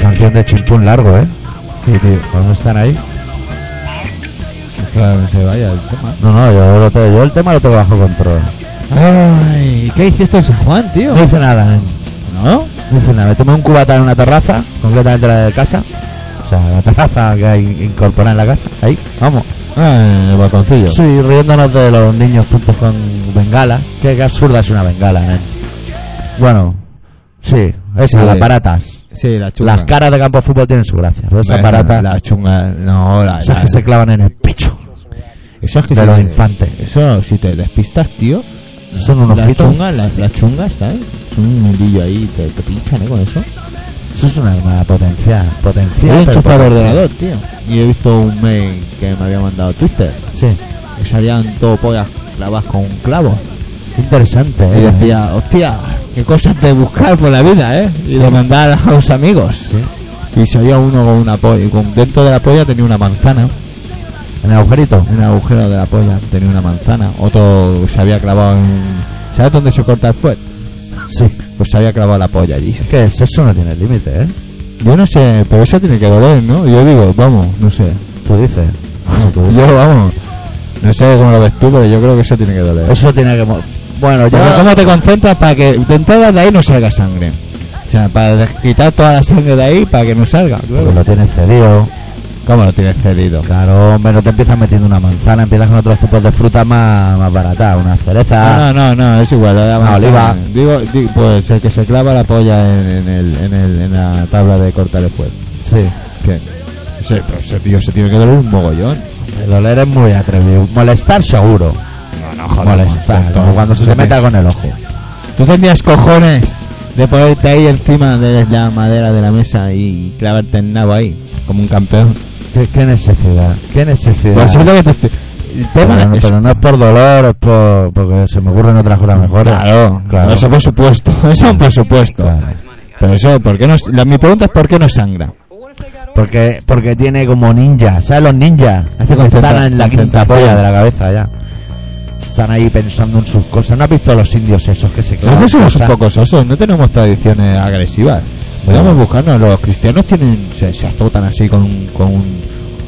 [SPEAKER 1] Canción de chimpún largo, ¿eh? Sí, tío. ¿Cómo están ahí?
[SPEAKER 2] Claro, se vaya el tema.
[SPEAKER 1] No, no, yo, lo tengo- yo el tema lo tengo bajo control.
[SPEAKER 2] Ay, ¿qué hiciste en San Juan, tío?
[SPEAKER 1] No hice nada, ¿eh?
[SPEAKER 2] ¿No?
[SPEAKER 1] No hice nada, me tomé un cubata en una terraza, completamente la de casa. O sea, la terraza que hay incorporada en la casa, ahí, vamos.
[SPEAKER 2] Ah, en el balconcillo.
[SPEAKER 1] Sí, riéndonos de los niños juntos con bengala. Qué, qué absurda es una bengala, ¿eh? Bueno, sí, esas,
[SPEAKER 2] Sí.
[SPEAKER 1] las baratas.
[SPEAKER 2] Sí, la
[SPEAKER 1] Las caras de campo de fútbol tienen su gracia, pero esas
[SPEAKER 2] Bueno,
[SPEAKER 1] baratas,
[SPEAKER 2] La chunga. No, la.
[SPEAKER 1] esas
[SPEAKER 2] la-
[SPEAKER 1] que se clavan en el pecho
[SPEAKER 2] eso es que
[SPEAKER 1] de
[SPEAKER 2] si
[SPEAKER 1] los
[SPEAKER 2] te-
[SPEAKER 1] infantes.
[SPEAKER 2] Eso, si te despistas, tío,
[SPEAKER 1] Son unos
[SPEAKER 2] Las
[SPEAKER 1] pitos.
[SPEAKER 2] chungas, las, las chungas, ¿sabes? Es un mundillo ahí, te, te pinchan, ¿eh? Con eso.
[SPEAKER 1] Eso es una arma potencial.
[SPEAKER 2] Yo
[SPEAKER 1] Potencial.
[SPEAKER 2] he
[SPEAKER 1] pero
[SPEAKER 2] enchufado el
[SPEAKER 1] potencial.
[SPEAKER 2] ordenador, tío. Y he visto un mail que me había mandado Twitter.
[SPEAKER 1] Sí.
[SPEAKER 2] Que salían todo pollas clavas con un clavo.
[SPEAKER 1] Interesante,
[SPEAKER 2] Y
[SPEAKER 1] ¿eh?
[SPEAKER 2] decía, hostia, qué cosas de buscar por la vida, ¿eh? Y de mandar a los amigos.
[SPEAKER 1] Sí.
[SPEAKER 2] Y salía uno con una polla. Y con, dentro de la polla tenía una manzana.
[SPEAKER 1] En el agujerito.
[SPEAKER 2] En el agujero de la polla tenía una manzana. Otro se había clavado en. ¿Sabes dónde se corta el fuet?
[SPEAKER 1] Sí.
[SPEAKER 2] Pues se había clavado la polla allí.
[SPEAKER 1] ¿Qué es? Eso no tiene límite, ¿eh?
[SPEAKER 2] Yo no sé, pero eso tiene que doler, ¿no? Yo digo, vamos, no sé. pues,
[SPEAKER 1] Tú dices. Bueno, tú dices.
[SPEAKER 2] Yo, vamos. No sé cómo lo ves tú, pero yo creo que eso tiene que doler.
[SPEAKER 1] Eso tiene que. mo- Bueno, yo.
[SPEAKER 2] Porque cómo te concentras para que de entrada de ahí no salga sangre. O sea, para de- quitar toda la sangre de ahí para que no salga.
[SPEAKER 1] Porque lo tienes cedido.
[SPEAKER 2] ¿Cómo lo tienes cedido?
[SPEAKER 1] Claro, hombre, no te empiezas metiendo una manzana, empiezas con otros tipos de fruta más, más barata, una cereza.
[SPEAKER 2] No, no, no, es igual. La
[SPEAKER 1] Una oliva.
[SPEAKER 2] Digo, di- pues el que se clava la polla en, en el, en, el, en la tabla de cortar el fuego.
[SPEAKER 1] Sí.
[SPEAKER 2] ¿Qué? Ese, pero ese tío se tiene que doler un mogollón.
[SPEAKER 1] El doler es muy atrevido. Molestar seguro.
[SPEAKER 2] No, no,
[SPEAKER 1] Molestar. como cuando se te meta con el ojo.
[SPEAKER 2] Tú tendrías cojones de ponerte ahí encima de la madera de la mesa y clavarte el nabo ahí, como un campeón.
[SPEAKER 1] ¿Qué, qué necesidad? ¿Qué necesidad?
[SPEAKER 2] Pues es lo que te estoy- El tema
[SPEAKER 1] pero, no,
[SPEAKER 2] es-
[SPEAKER 1] pero no es por dolor, es por, porque se me ocurren otras cosas mejores.
[SPEAKER 2] Claro,
[SPEAKER 1] claro.
[SPEAKER 2] Eso por supuesto, eso por supuesto.
[SPEAKER 1] Claro.
[SPEAKER 2] Pero eso, ¿por qué no, la- mi pregunta es ¿por qué no sangra?
[SPEAKER 1] Porque, porque tiene como ninja, ¿sabes? Los ninjas
[SPEAKER 2] Hace
[SPEAKER 1] están
[SPEAKER 2] concentra-
[SPEAKER 1] en la quinta
[SPEAKER 2] concentración.
[SPEAKER 1] polla de la cabeza ya. Están ahí pensando en sus cosas. ¿No has visto a los indios esos que se clavan?
[SPEAKER 2] Nosotros somos un
[SPEAKER 1] cosas?
[SPEAKER 2] poco sosos, no tenemos tradiciones agresivas. Podríamos buscarnos, los cristianos tienen se, se azotan así con un, con, un,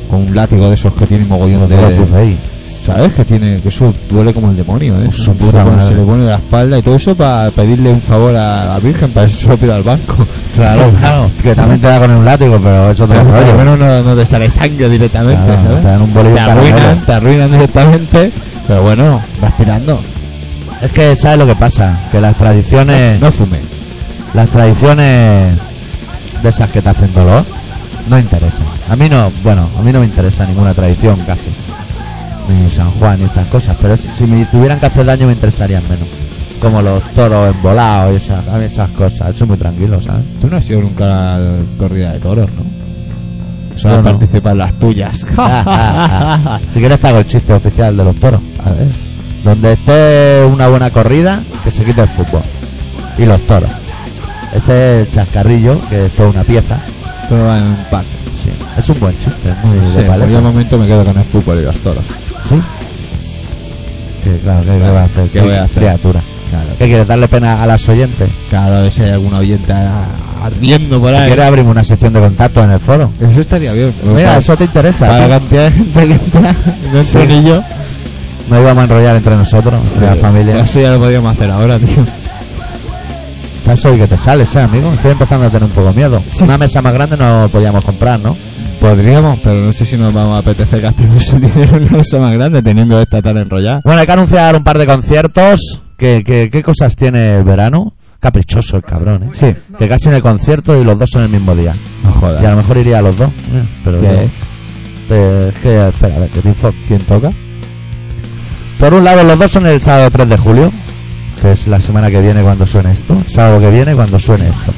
[SPEAKER 2] con un látigo de esos que tienen mogollón de...
[SPEAKER 1] Como Opus Dei.
[SPEAKER 2] ¿Sabes? Que tiene que eso duele como el demonio, ¿eh?
[SPEAKER 1] Su
[SPEAKER 2] Se
[SPEAKER 1] puta
[SPEAKER 2] pone-
[SPEAKER 1] madre.
[SPEAKER 2] se le pone de la espalda y todo eso para pedirle un favor a la Virgen, para eso se lo pido al banco.
[SPEAKER 1] Claro, claro. Que también te da con un látigo, pero eso otro
[SPEAKER 2] Pero por lo
[SPEAKER 1] rollo.
[SPEAKER 2] menos no, no te sale sangre directamente,
[SPEAKER 1] Claro,
[SPEAKER 2] ¿sabes?
[SPEAKER 1] te dan un bolillo
[SPEAKER 2] te
[SPEAKER 1] caramelo.
[SPEAKER 2] arruinan, te arruinan directamente, pero bueno, vas tirando.
[SPEAKER 1] Es que, ¿sabes lo que pasa? Que las tradiciones.
[SPEAKER 2] No fumes.
[SPEAKER 1] Las tradiciones de esas que te hacen dolor no interesan. A mí no, bueno, a mí no me interesa ninguna tradición casi. Ni San Juan ni estas cosas, pero si, si me tuvieran que hacer daño me interesarían menos. Como los toros envolados y esas, a mí esas cosas, eso es muy tranquilo, ¿sabes?
[SPEAKER 2] Tú no has ido nunca a la corrida de toros, ¿no? Solo
[SPEAKER 1] Yo no.
[SPEAKER 2] participan las tuyas.
[SPEAKER 1] si quieres te hago el chiste oficial de los toros.
[SPEAKER 2] A ver.
[SPEAKER 1] Donde esté una buena corrida, que se quite el fútbol. Y los toros. Ese es el chascarrillo, que es toda una pieza.
[SPEAKER 2] Todo va en un pack.
[SPEAKER 1] Sí. Es un buen chiste, es muy de
[SPEAKER 2] Sí, pues por
[SPEAKER 1] paleta.
[SPEAKER 2] el momento me quedo con el fútbol y los toros.
[SPEAKER 1] ¿Sí? Que claro, ¿qué, qué voy a hacer?
[SPEAKER 2] ¿Qué voy a hacer?
[SPEAKER 1] Criatura.
[SPEAKER 2] Claro.
[SPEAKER 1] ¿Qué quieres? ¿Darle pena a las oyentes?
[SPEAKER 2] Claro, si hay alguna oyente ardiendo por
[SPEAKER 1] Si
[SPEAKER 2] ahí. Pues
[SPEAKER 1] quieres abrimos una sección de contacto en el foro.
[SPEAKER 2] Eso estaría bien.
[SPEAKER 1] Mira, eso te interesa. ¿eh?
[SPEAKER 2] para la
[SPEAKER 1] tío.
[SPEAKER 2] cantidad de gente que entra, no
[SPEAKER 1] Sí.
[SPEAKER 2] entro ni yo.
[SPEAKER 1] No íbamos a enrollar entre nosotros, entre la familia.
[SPEAKER 2] Eso ya lo podíamos hacer ahora, tío.
[SPEAKER 1] Estás hoy que te sales, ¿eh, amigo? Estoy empezando a tener un poco miedo. Una mesa más grande no podíamos comprar, ¿no? Pues,
[SPEAKER 2] Podríamos, pero no sé si nos vamos a apetecer gastar ese dinero en una cosa más grande teniendo esta tan enrollada.
[SPEAKER 1] Bueno, hay que anunciar un par de conciertos. ¿Qué, qué, qué cosas tiene el verano? Caprichoso el cabrón, ¿eh?
[SPEAKER 2] Sí.
[SPEAKER 1] Que casi en el concierto y los dos son el mismo día.
[SPEAKER 2] No
[SPEAKER 1] Y a
[SPEAKER 2] jodas.
[SPEAKER 1] lo mejor iría a los dos. Pero
[SPEAKER 2] ¿Qué
[SPEAKER 1] yo-
[SPEAKER 2] es?
[SPEAKER 1] Eh, es que, espera, a ver, que te info-
[SPEAKER 2] ¿Quién toca?
[SPEAKER 1] Por un lado, los dos son el sábado 3 de julio, que es la semana que viene cuando suene esto. el Sábado que viene cuando suene esto.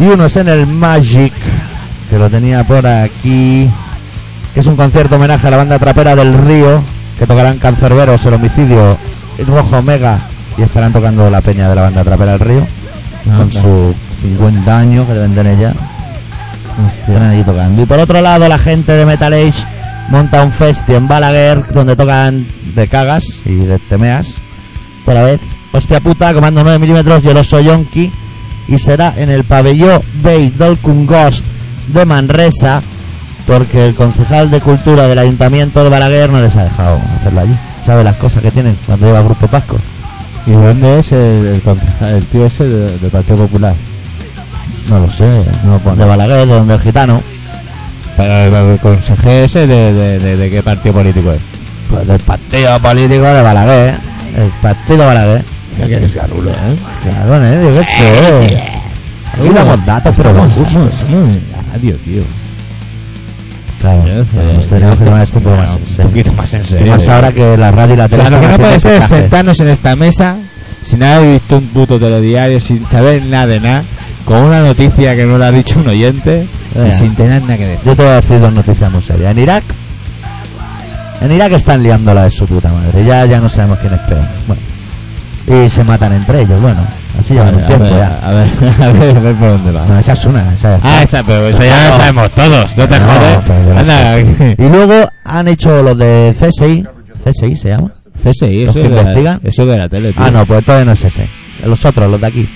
[SPEAKER 1] Y uno es en el Magic, que lo tenía por aquí, que es un concierto homenaje a la banda trapera del Río, que tocarán Cancerberos, El Homicidio, El Rojo Omega, y estarán tocando la peña de la banda trapera del Río, con su 50 años que deben tener ya. Están allí tocando. Y por otro lado, la gente de Metal Age monta un festi en Balaguer donde tocan de cagas y de temeas por la vez. Hostia puta, comando 9 milímetros y el oso yonki. Y será en el pabellón Bay Dolcun Ghost de Manresa porque el concejal de cultura del ayuntamiento de Balaguer no les ha dejado hacerlo allí. ¿Sabe las cosas que tienen cuando lleva Grupo Pasco?
[SPEAKER 2] ¿Y dónde es el, el, concejal- el tío ese de- del Partido Popular?
[SPEAKER 1] No lo sé,
[SPEAKER 2] no pone.
[SPEAKER 1] de Balaguer, de donde el gitano,
[SPEAKER 2] Pero el, el consejero ese de, de, de- de qué partido político es.
[SPEAKER 1] pues del partido político de Balaguer, el partido Balaguer.
[SPEAKER 2] Ya que eres garulo, ¿eh?
[SPEAKER 1] Claro, ¿eh? Yo qué sé. Aquí damos datos, pero
[SPEAKER 2] Estamos-
[SPEAKER 1] confusos.
[SPEAKER 2] estamos en la radio, tío.
[SPEAKER 1] Claro, pues tenemos que tomar esto
[SPEAKER 2] este
[SPEAKER 1] un poco más en
[SPEAKER 4] un
[SPEAKER 1] serio.
[SPEAKER 4] poquito más en
[SPEAKER 1] Y
[SPEAKER 4] serio.
[SPEAKER 1] más ahora que la radio y la este
[SPEAKER 2] O
[SPEAKER 1] tele.
[SPEAKER 2] sea, lo que
[SPEAKER 1] están
[SPEAKER 2] no puede
[SPEAKER 1] haciendo
[SPEAKER 2] ser es
[SPEAKER 1] fichajes.
[SPEAKER 2] sentarnos en esta mesa sin haber visto un puto telediario, sin saber nada de nada, con una noticia que no la ha dicho un oyente
[SPEAKER 1] Ya.
[SPEAKER 2] y sin tener nada que decir.
[SPEAKER 1] Yo te voy a decir dos noticias muy serias. En Irak. En Irak están liándola de su puta madre. Ya, ya no sabemos quién es peor. Bueno. Y se matan entre ellos. Bueno, así
[SPEAKER 2] A
[SPEAKER 1] llevan
[SPEAKER 2] ver,
[SPEAKER 1] un
[SPEAKER 2] a
[SPEAKER 1] tiempo
[SPEAKER 2] ver,
[SPEAKER 1] ya.
[SPEAKER 2] a ver, a ver, a ver por dónde va.
[SPEAKER 1] No, esa es una. Esa es
[SPEAKER 2] Ah, esa, pero esa ya la sabemos todos, no te
[SPEAKER 1] No,
[SPEAKER 2] jodes.
[SPEAKER 1] pero yo la
[SPEAKER 2] Anda,
[SPEAKER 1] Y luego han hecho los de CSI. ¿CSI se llama?
[SPEAKER 2] CSI,
[SPEAKER 1] ¿Los
[SPEAKER 2] eso
[SPEAKER 1] que
[SPEAKER 2] es de la,
[SPEAKER 1] investigan?
[SPEAKER 2] eso es de la tele, tío.
[SPEAKER 1] Ah, no, pues todavía no es ese. Los otros, los de aquí.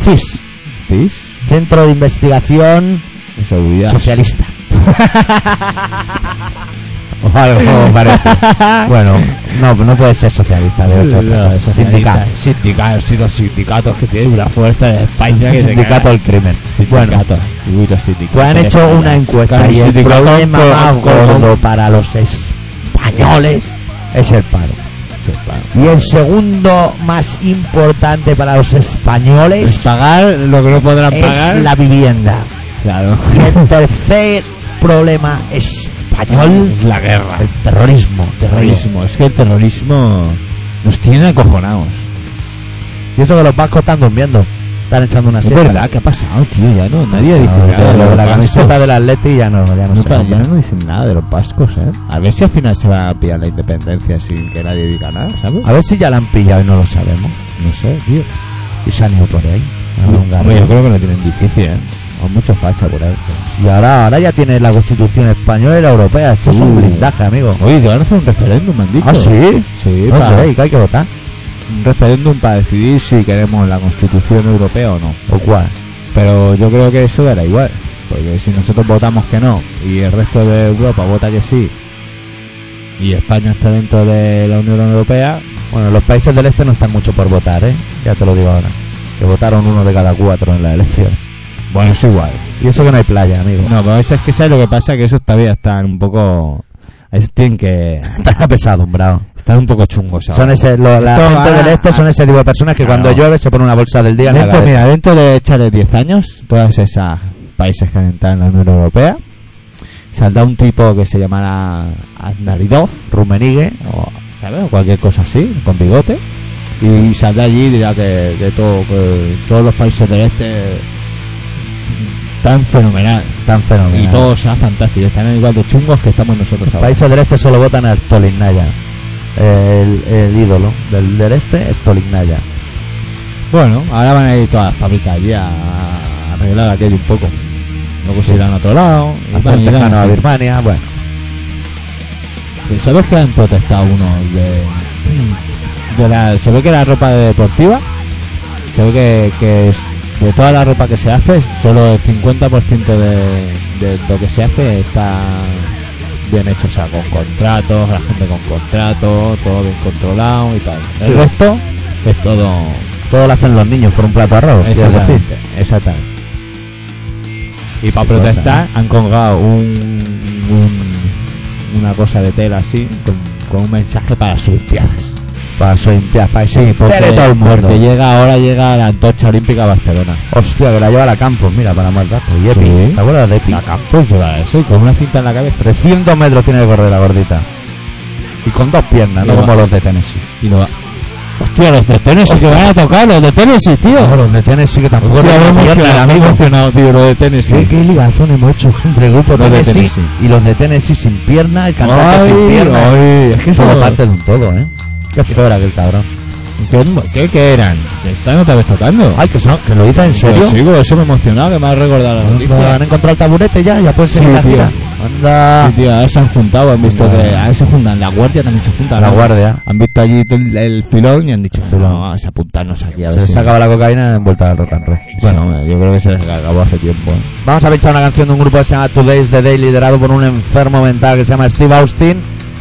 [SPEAKER 1] CIS.
[SPEAKER 2] ¿Tis?
[SPEAKER 1] Centro de Investigación
[SPEAKER 2] De seguridad.
[SPEAKER 1] Socialista. o algo parece. Bueno, no, no puede ser socialista, debe ser otra cosa, sindical.
[SPEAKER 2] Sindicatos, sí, los sindicatos que tienen una fuerza de España que
[SPEAKER 1] Sindicato del crimen.
[SPEAKER 2] se caga.
[SPEAKER 1] Bueno,
[SPEAKER 2] Sindicatos. Uy, los sindicatos.
[SPEAKER 1] pues han hecho
[SPEAKER 2] España.
[SPEAKER 1] una encuesta
[SPEAKER 2] Claro,
[SPEAKER 1] y el
[SPEAKER 2] sindicatos
[SPEAKER 1] problema
[SPEAKER 2] con-
[SPEAKER 1] más
[SPEAKER 2] con-
[SPEAKER 1] gordo para los españoles es el paro.
[SPEAKER 2] Sí, claro.
[SPEAKER 1] Y el segundo más importante para los
[SPEAKER 2] Es
[SPEAKER 1] españoles
[SPEAKER 2] pagar lo que no podrán pagar.
[SPEAKER 1] es la vivienda.
[SPEAKER 2] Claro.
[SPEAKER 1] Y el tercer problema español
[SPEAKER 2] Es la guerra.
[SPEAKER 1] el terrorismo. terrorismo.
[SPEAKER 2] terrorismo. Es que el terrorismo nos tiene acojonados.
[SPEAKER 1] Y eso que los vascos están durmiendo. Están echando una
[SPEAKER 2] Es
[SPEAKER 1] siesta.
[SPEAKER 2] verdad que ha pasado, tío. Ya no, nadie
[SPEAKER 1] No,
[SPEAKER 2] dice
[SPEAKER 1] de-
[SPEAKER 2] nada.
[SPEAKER 1] de
[SPEAKER 2] de
[SPEAKER 1] lo de
[SPEAKER 2] los
[SPEAKER 1] la
[SPEAKER 2] vascos.
[SPEAKER 1] camiseta del Atleti ya no, ya no,
[SPEAKER 2] No,
[SPEAKER 1] sé.
[SPEAKER 2] pa- ya no dicen nada de los vascos, eh. A ver si al final se va a pillar la independencia sin que nadie diga nada, ¿sabes?
[SPEAKER 1] A ver si ya la han pillado y no lo sabemos.
[SPEAKER 2] No sé, tío.
[SPEAKER 1] Y se han ido por ahí. a ver, un
[SPEAKER 2] Hombre, yo
[SPEAKER 1] garrote.
[SPEAKER 2] creo que lo tienen difícil, ¿eh? Hay muchos fachas por ahí.
[SPEAKER 1] Y ahora, ahora ya tiene la constitución española y la europea. Esto es un
[SPEAKER 2] Uh.
[SPEAKER 1] blindaje, amigo.
[SPEAKER 2] Oye, te van a hacer un referéndum, me han dicho.
[SPEAKER 1] Ah, sí.
[SPEAKER 2] Sí,
[SPEAKER 1] No,
[SPEAKER 2] para,
[SPEAKER 1] creéis que hay que votar.
[SPEAKER 2] un referéndum para decidir si queremos la Constitución Europea o no.
[SPEAKER 1] ¿O cuál?
[SPEAKER 2] Pero yo creo que eso dará igual. Porque si nosotros votamos que no y el resto de Europa vota que sí y España está dentro de la Unión Europea,
[SPEAKER 1] Bueno, los países del este no están mucho por votar, ¿eh? Ya te lo digo ahora. Que votaron uno de cada cuatro en la elección.
[SPEAKER 2] bueno, es igual.
[SPEAKER 1] Y eso que no hay playa, amigo.
[SPEAKER 2] No, pero eso es que sabes lo que pasa, que esos todavía están un poco... Esos tienen que...
[SPEAKER 1] Están apesadumbrados.
[SPEAKER 2] Están un poco chungos ahora.
[SPEAKER 1] Son ese, lo- la
[SPEAKER 2] Esto
[SPEAKER 1] gente
[SPEAKER 2] va-
[SPEAKER 1] del este son ese tipo de personas que
[SPEAKER 2] Claro.
[SPEAKER 1] cuando llueve se pone una bolsa del día en la
[SPEAKER 2] Dentro,
[SPEAKER 1] cabeza.
[SPEAKER 2] mira, dentro de echarle 10 años, todos esos países que han entrado en la Unión Europea, saldrá un tipo que se llamará Aznaridov,
[SPEAKER 1] Rumenigue.
[SPEAKER 2] o, ¿sabes? o cualquier cosa así, con bigote, y saldrá allí y dirá que, que todo, que todos los países del este están fenomenal.
[SPEAKER 1] Tan fenomenal.
[SPEAKER 2] Y todos son fantásticos, están igual de chungos que estamos nosotros
[SPEAKER 1] Pues Los
[SPEAKER 2] ahora.
[SPEAKER 1] países del este solo votan a Stolignaya. El, el ídolo del, del este es Stolignaya.
[SPEAKER 2] Bueno, ahora van a ir todas las fábricas allí a a arreglar aquello un poco. Luego se irán a otro lado. y van
[SPEAKER 1] Hacer
[SPEAKER 2] y irán
[SPEAKER 1] tejano a
[SPEAKER 2] haciendo.
[SPEAKER 1] Birmania. Bueno,
[SPEAKER 2] Sí, ¿Sabes que han protestado unos de, de la, se ve que la ropa deportiva, se ve que, que es- de toda la ropa que se hace, solo el 50% de, de lo que se hace está bien hecho, o sea, con contratos, la gente con contratos, todo bien controlado y tal. El
[SPEAKER 1] Sí.
[SPEAKER 2] resto es todo...
[SPEAKER 1] todo lo hacen los niños por un plato de
[SPEAKER 2] pues
[SPEAKER 1] arroz. quiero decir.
[SPEAKER 2] Exactamente, exactamente. Y para
[SPEAKER 1] Qué cosa,
[SPEAKER 2] protestar han colgado un, un- una cosa de tela así con, con un mensaje para sus piadas.
[SPEAKER 1] Para eso limpiar, para eso
[SPEAKER 2] Porque,
[SPEAKER 1] limpiar todo el mundo.
[SPEAKER 2] porque llega ahora llega la antorcha olímpica a Barcelona.
[SPEAKER 1] Hostia, que la lleva a la Campos, mira, para más datos. Y Epi,
[SPEAKER 2] Sí.
[SPEAKER 1] ¿te acuerdas de Epi?
[SPEAKER 2] La Campos lleva eso y con una cinta en la cabeza
[SPEAKER 1] 300 metros tiene que correr la gordita. Y con dos piernas, no
[SPEAKER 2] Lleva-
[SPEAKER 1] como los de Tennessee.
[SPEAKER 2] y no va. Hostia, los de Tennessee que van a tocar, los de Tennessee,
[SPEAKER 1] No,
[SPEAKER 2] tío.
[SPEAKER 1] los de Tennessee que tampoco
[SPEAKER 2] Hostia, me he
[SPEAKER 1] tienen piernas,
[SPEAKER 2] emocionado, me he
[SPEAKER 1] amigo.
[SPEAKER 2] emocionado, tío, los de
[SPEAKER 1] ¿Qué,
[SPEAKER 2] Tennessee.
[SPEAKER 1] qué ligazón hemos hecho entre el grupo
[SPEAKER 2] Los de
[SPEAKER 1] Tennessee,
[SPEAKER 2] Tennessee.
[SPEAKER 1] y los de Tennessee sin pierna, el cantante
[SPEAKER 2] Ay,
[SPEAKER 1] sin pierna.
[SPEAKER 2] ay, es que
[SPEAKER 1] Eso
[SPEAKER 2] eso-
[SPEAKER 1] lo parte de un todo, ¿eh? Qué feo era aquel cabrón.
[SPEAKER 2] ¿Qué, qué, qué eran? ¿Están otra vez tocando?
[SPEAKER 1] Ay, que, son, que lo hizo en serio.
[SPEAKER 2] Pues sí, pues eso me ha emocionado, que me ha recordado la
[SPEAKER 1] Bueno,
[SPEAKER 2] noticia.
[SPEAKER 1] Han encontrado el taburete ya, ya puedes
[SPEAKER 2] Sí,
[SPEAKER 1] seguir la
[SPEAKER 2] tío.
[SPEAKER 1] gira. Anda.
[SPEAKER 2] Sí, tío, ahora se han juntado, han visto
[SPEAKER 1] Vale.
[SPEAKER 2] que... Ahora se juntan, la guardia también se junta.
[SPEAKER 1] La
[SPEAKER 2] ¿no?
[SPEAKER 1] guardia.
[SPEAKER 2] Han visto allí el, el filón y han dicho,
[SPEAKER 1] Filón.
[SPEAKER 2] no, vamos a apuntarnos aquí a
[SPEAKER 1] Se
[SPEAKER 2] ver
[SPEAKER 1] les
[SPEAKER 2] si-
[SPEAKER 1] acaba la cocaína en vuelta al rock and roll.
[SPEAKER 2] Bueno, hombre, yo creo que se les acabó hace tiempo. ¿eh?
[SPEAKER 1] Vamos a pinchar una canción de un grupo que se llama Today's the Day, liderado por un enfermo mental que se llama Steve Austin.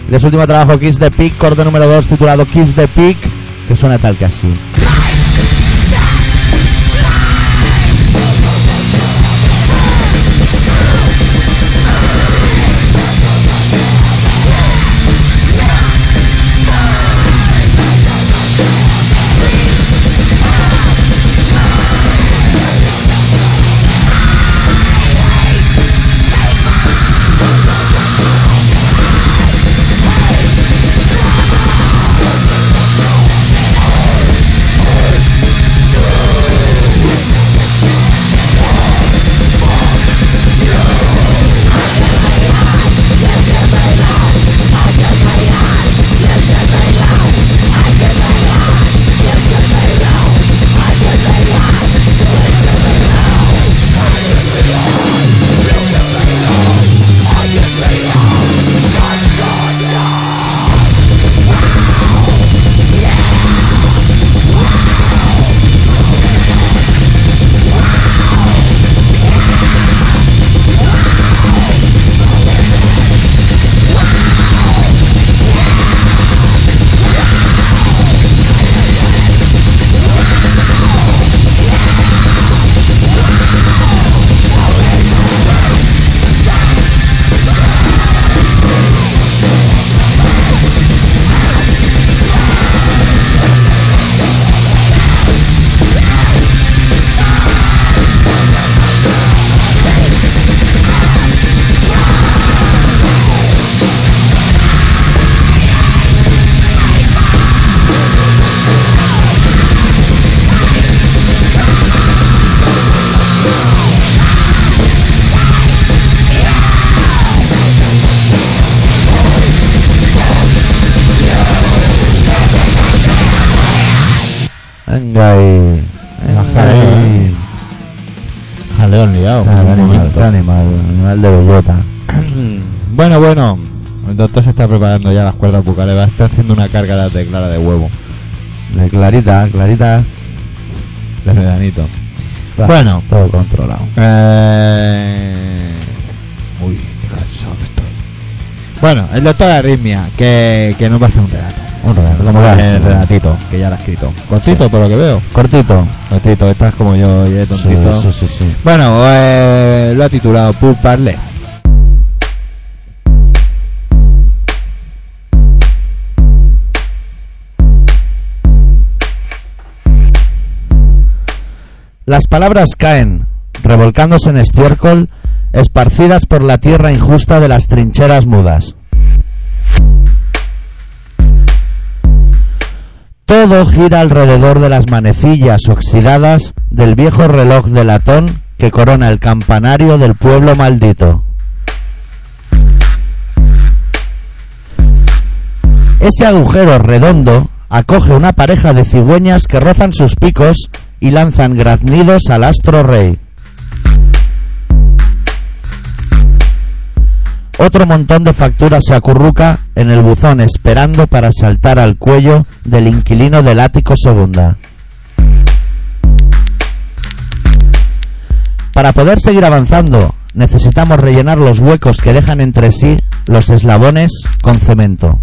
[SPEAKER 1] De su último trabajo, Kiss the Peak, corte número 2, titulado Kiss the Peak, que suena tal que así.
[SPEAKER 3] I
[SPEAKER 1] Venga y.
[SPEAKER 2] Venga,
[SPEAKER 1] Ay,
[SPEAKER 2] Jaleo liado.
[SPEAKER 1] ah, qué
[SPEAKER 2] un
[SPEAKER 1] animal,
[SPEAKER 2] momento.
[SPEAKER 1] qué animal, animal de bellota.
[SPEAKER 2] Bueno, bueno. El doctor se está preparando ya las cuerdas bucales. Va a estar haciendo una carga de clara de huevo.
[SPEAKER 1] De Clarita, Clarita,
[SPEAKER 2] De medanito.
[SPEAKER 1] Va.
[SPEAKER 2] Bueno.
[SPEAKER 1] todo controlado.
[SPEAKER 2] Eh... Uy, qué cansado que estoy. Bueno, el doctor Arritmia, que, que nos va a hacer un relato.
[SPEAKER 1] Un relato, como cada
[SPEAKER 2] El
[SPEAKER 1] semana.
[SPEAKER 2] relatito, que ya lo ha escrito. Cortito, por lo que veo.
[SPEAKER 1] Cortito.
[SPEAKER 2] Cortito, estás como yo, y es tontito.
[SPEAKER 1] Sí, sí, sí, sí.
[SPEAKER 2] Bueno, eh, lo ha titulado Pool Parler.
[SPEAKER 1] Las palabras caen, revolcándose en estiércol, esparcidas por la tierra injusta de las trincheras mudas. Todo gira alrededor de las manecillas oxidadas del viejo reloj de latón que corona el campanario del pueblo maldito. Ese agujero redondo acoge una pareja de cigüeñas que rozan sus picos y lanzan graznidos al astro rey. Otro montón de facturas se acurruca en el buzón esperando para saltar al cuello del inquilino del ático segunda. Para poder seguir avanzando, necesitamos rellenar los huecos que dejan entre sí los eslabones con cemento.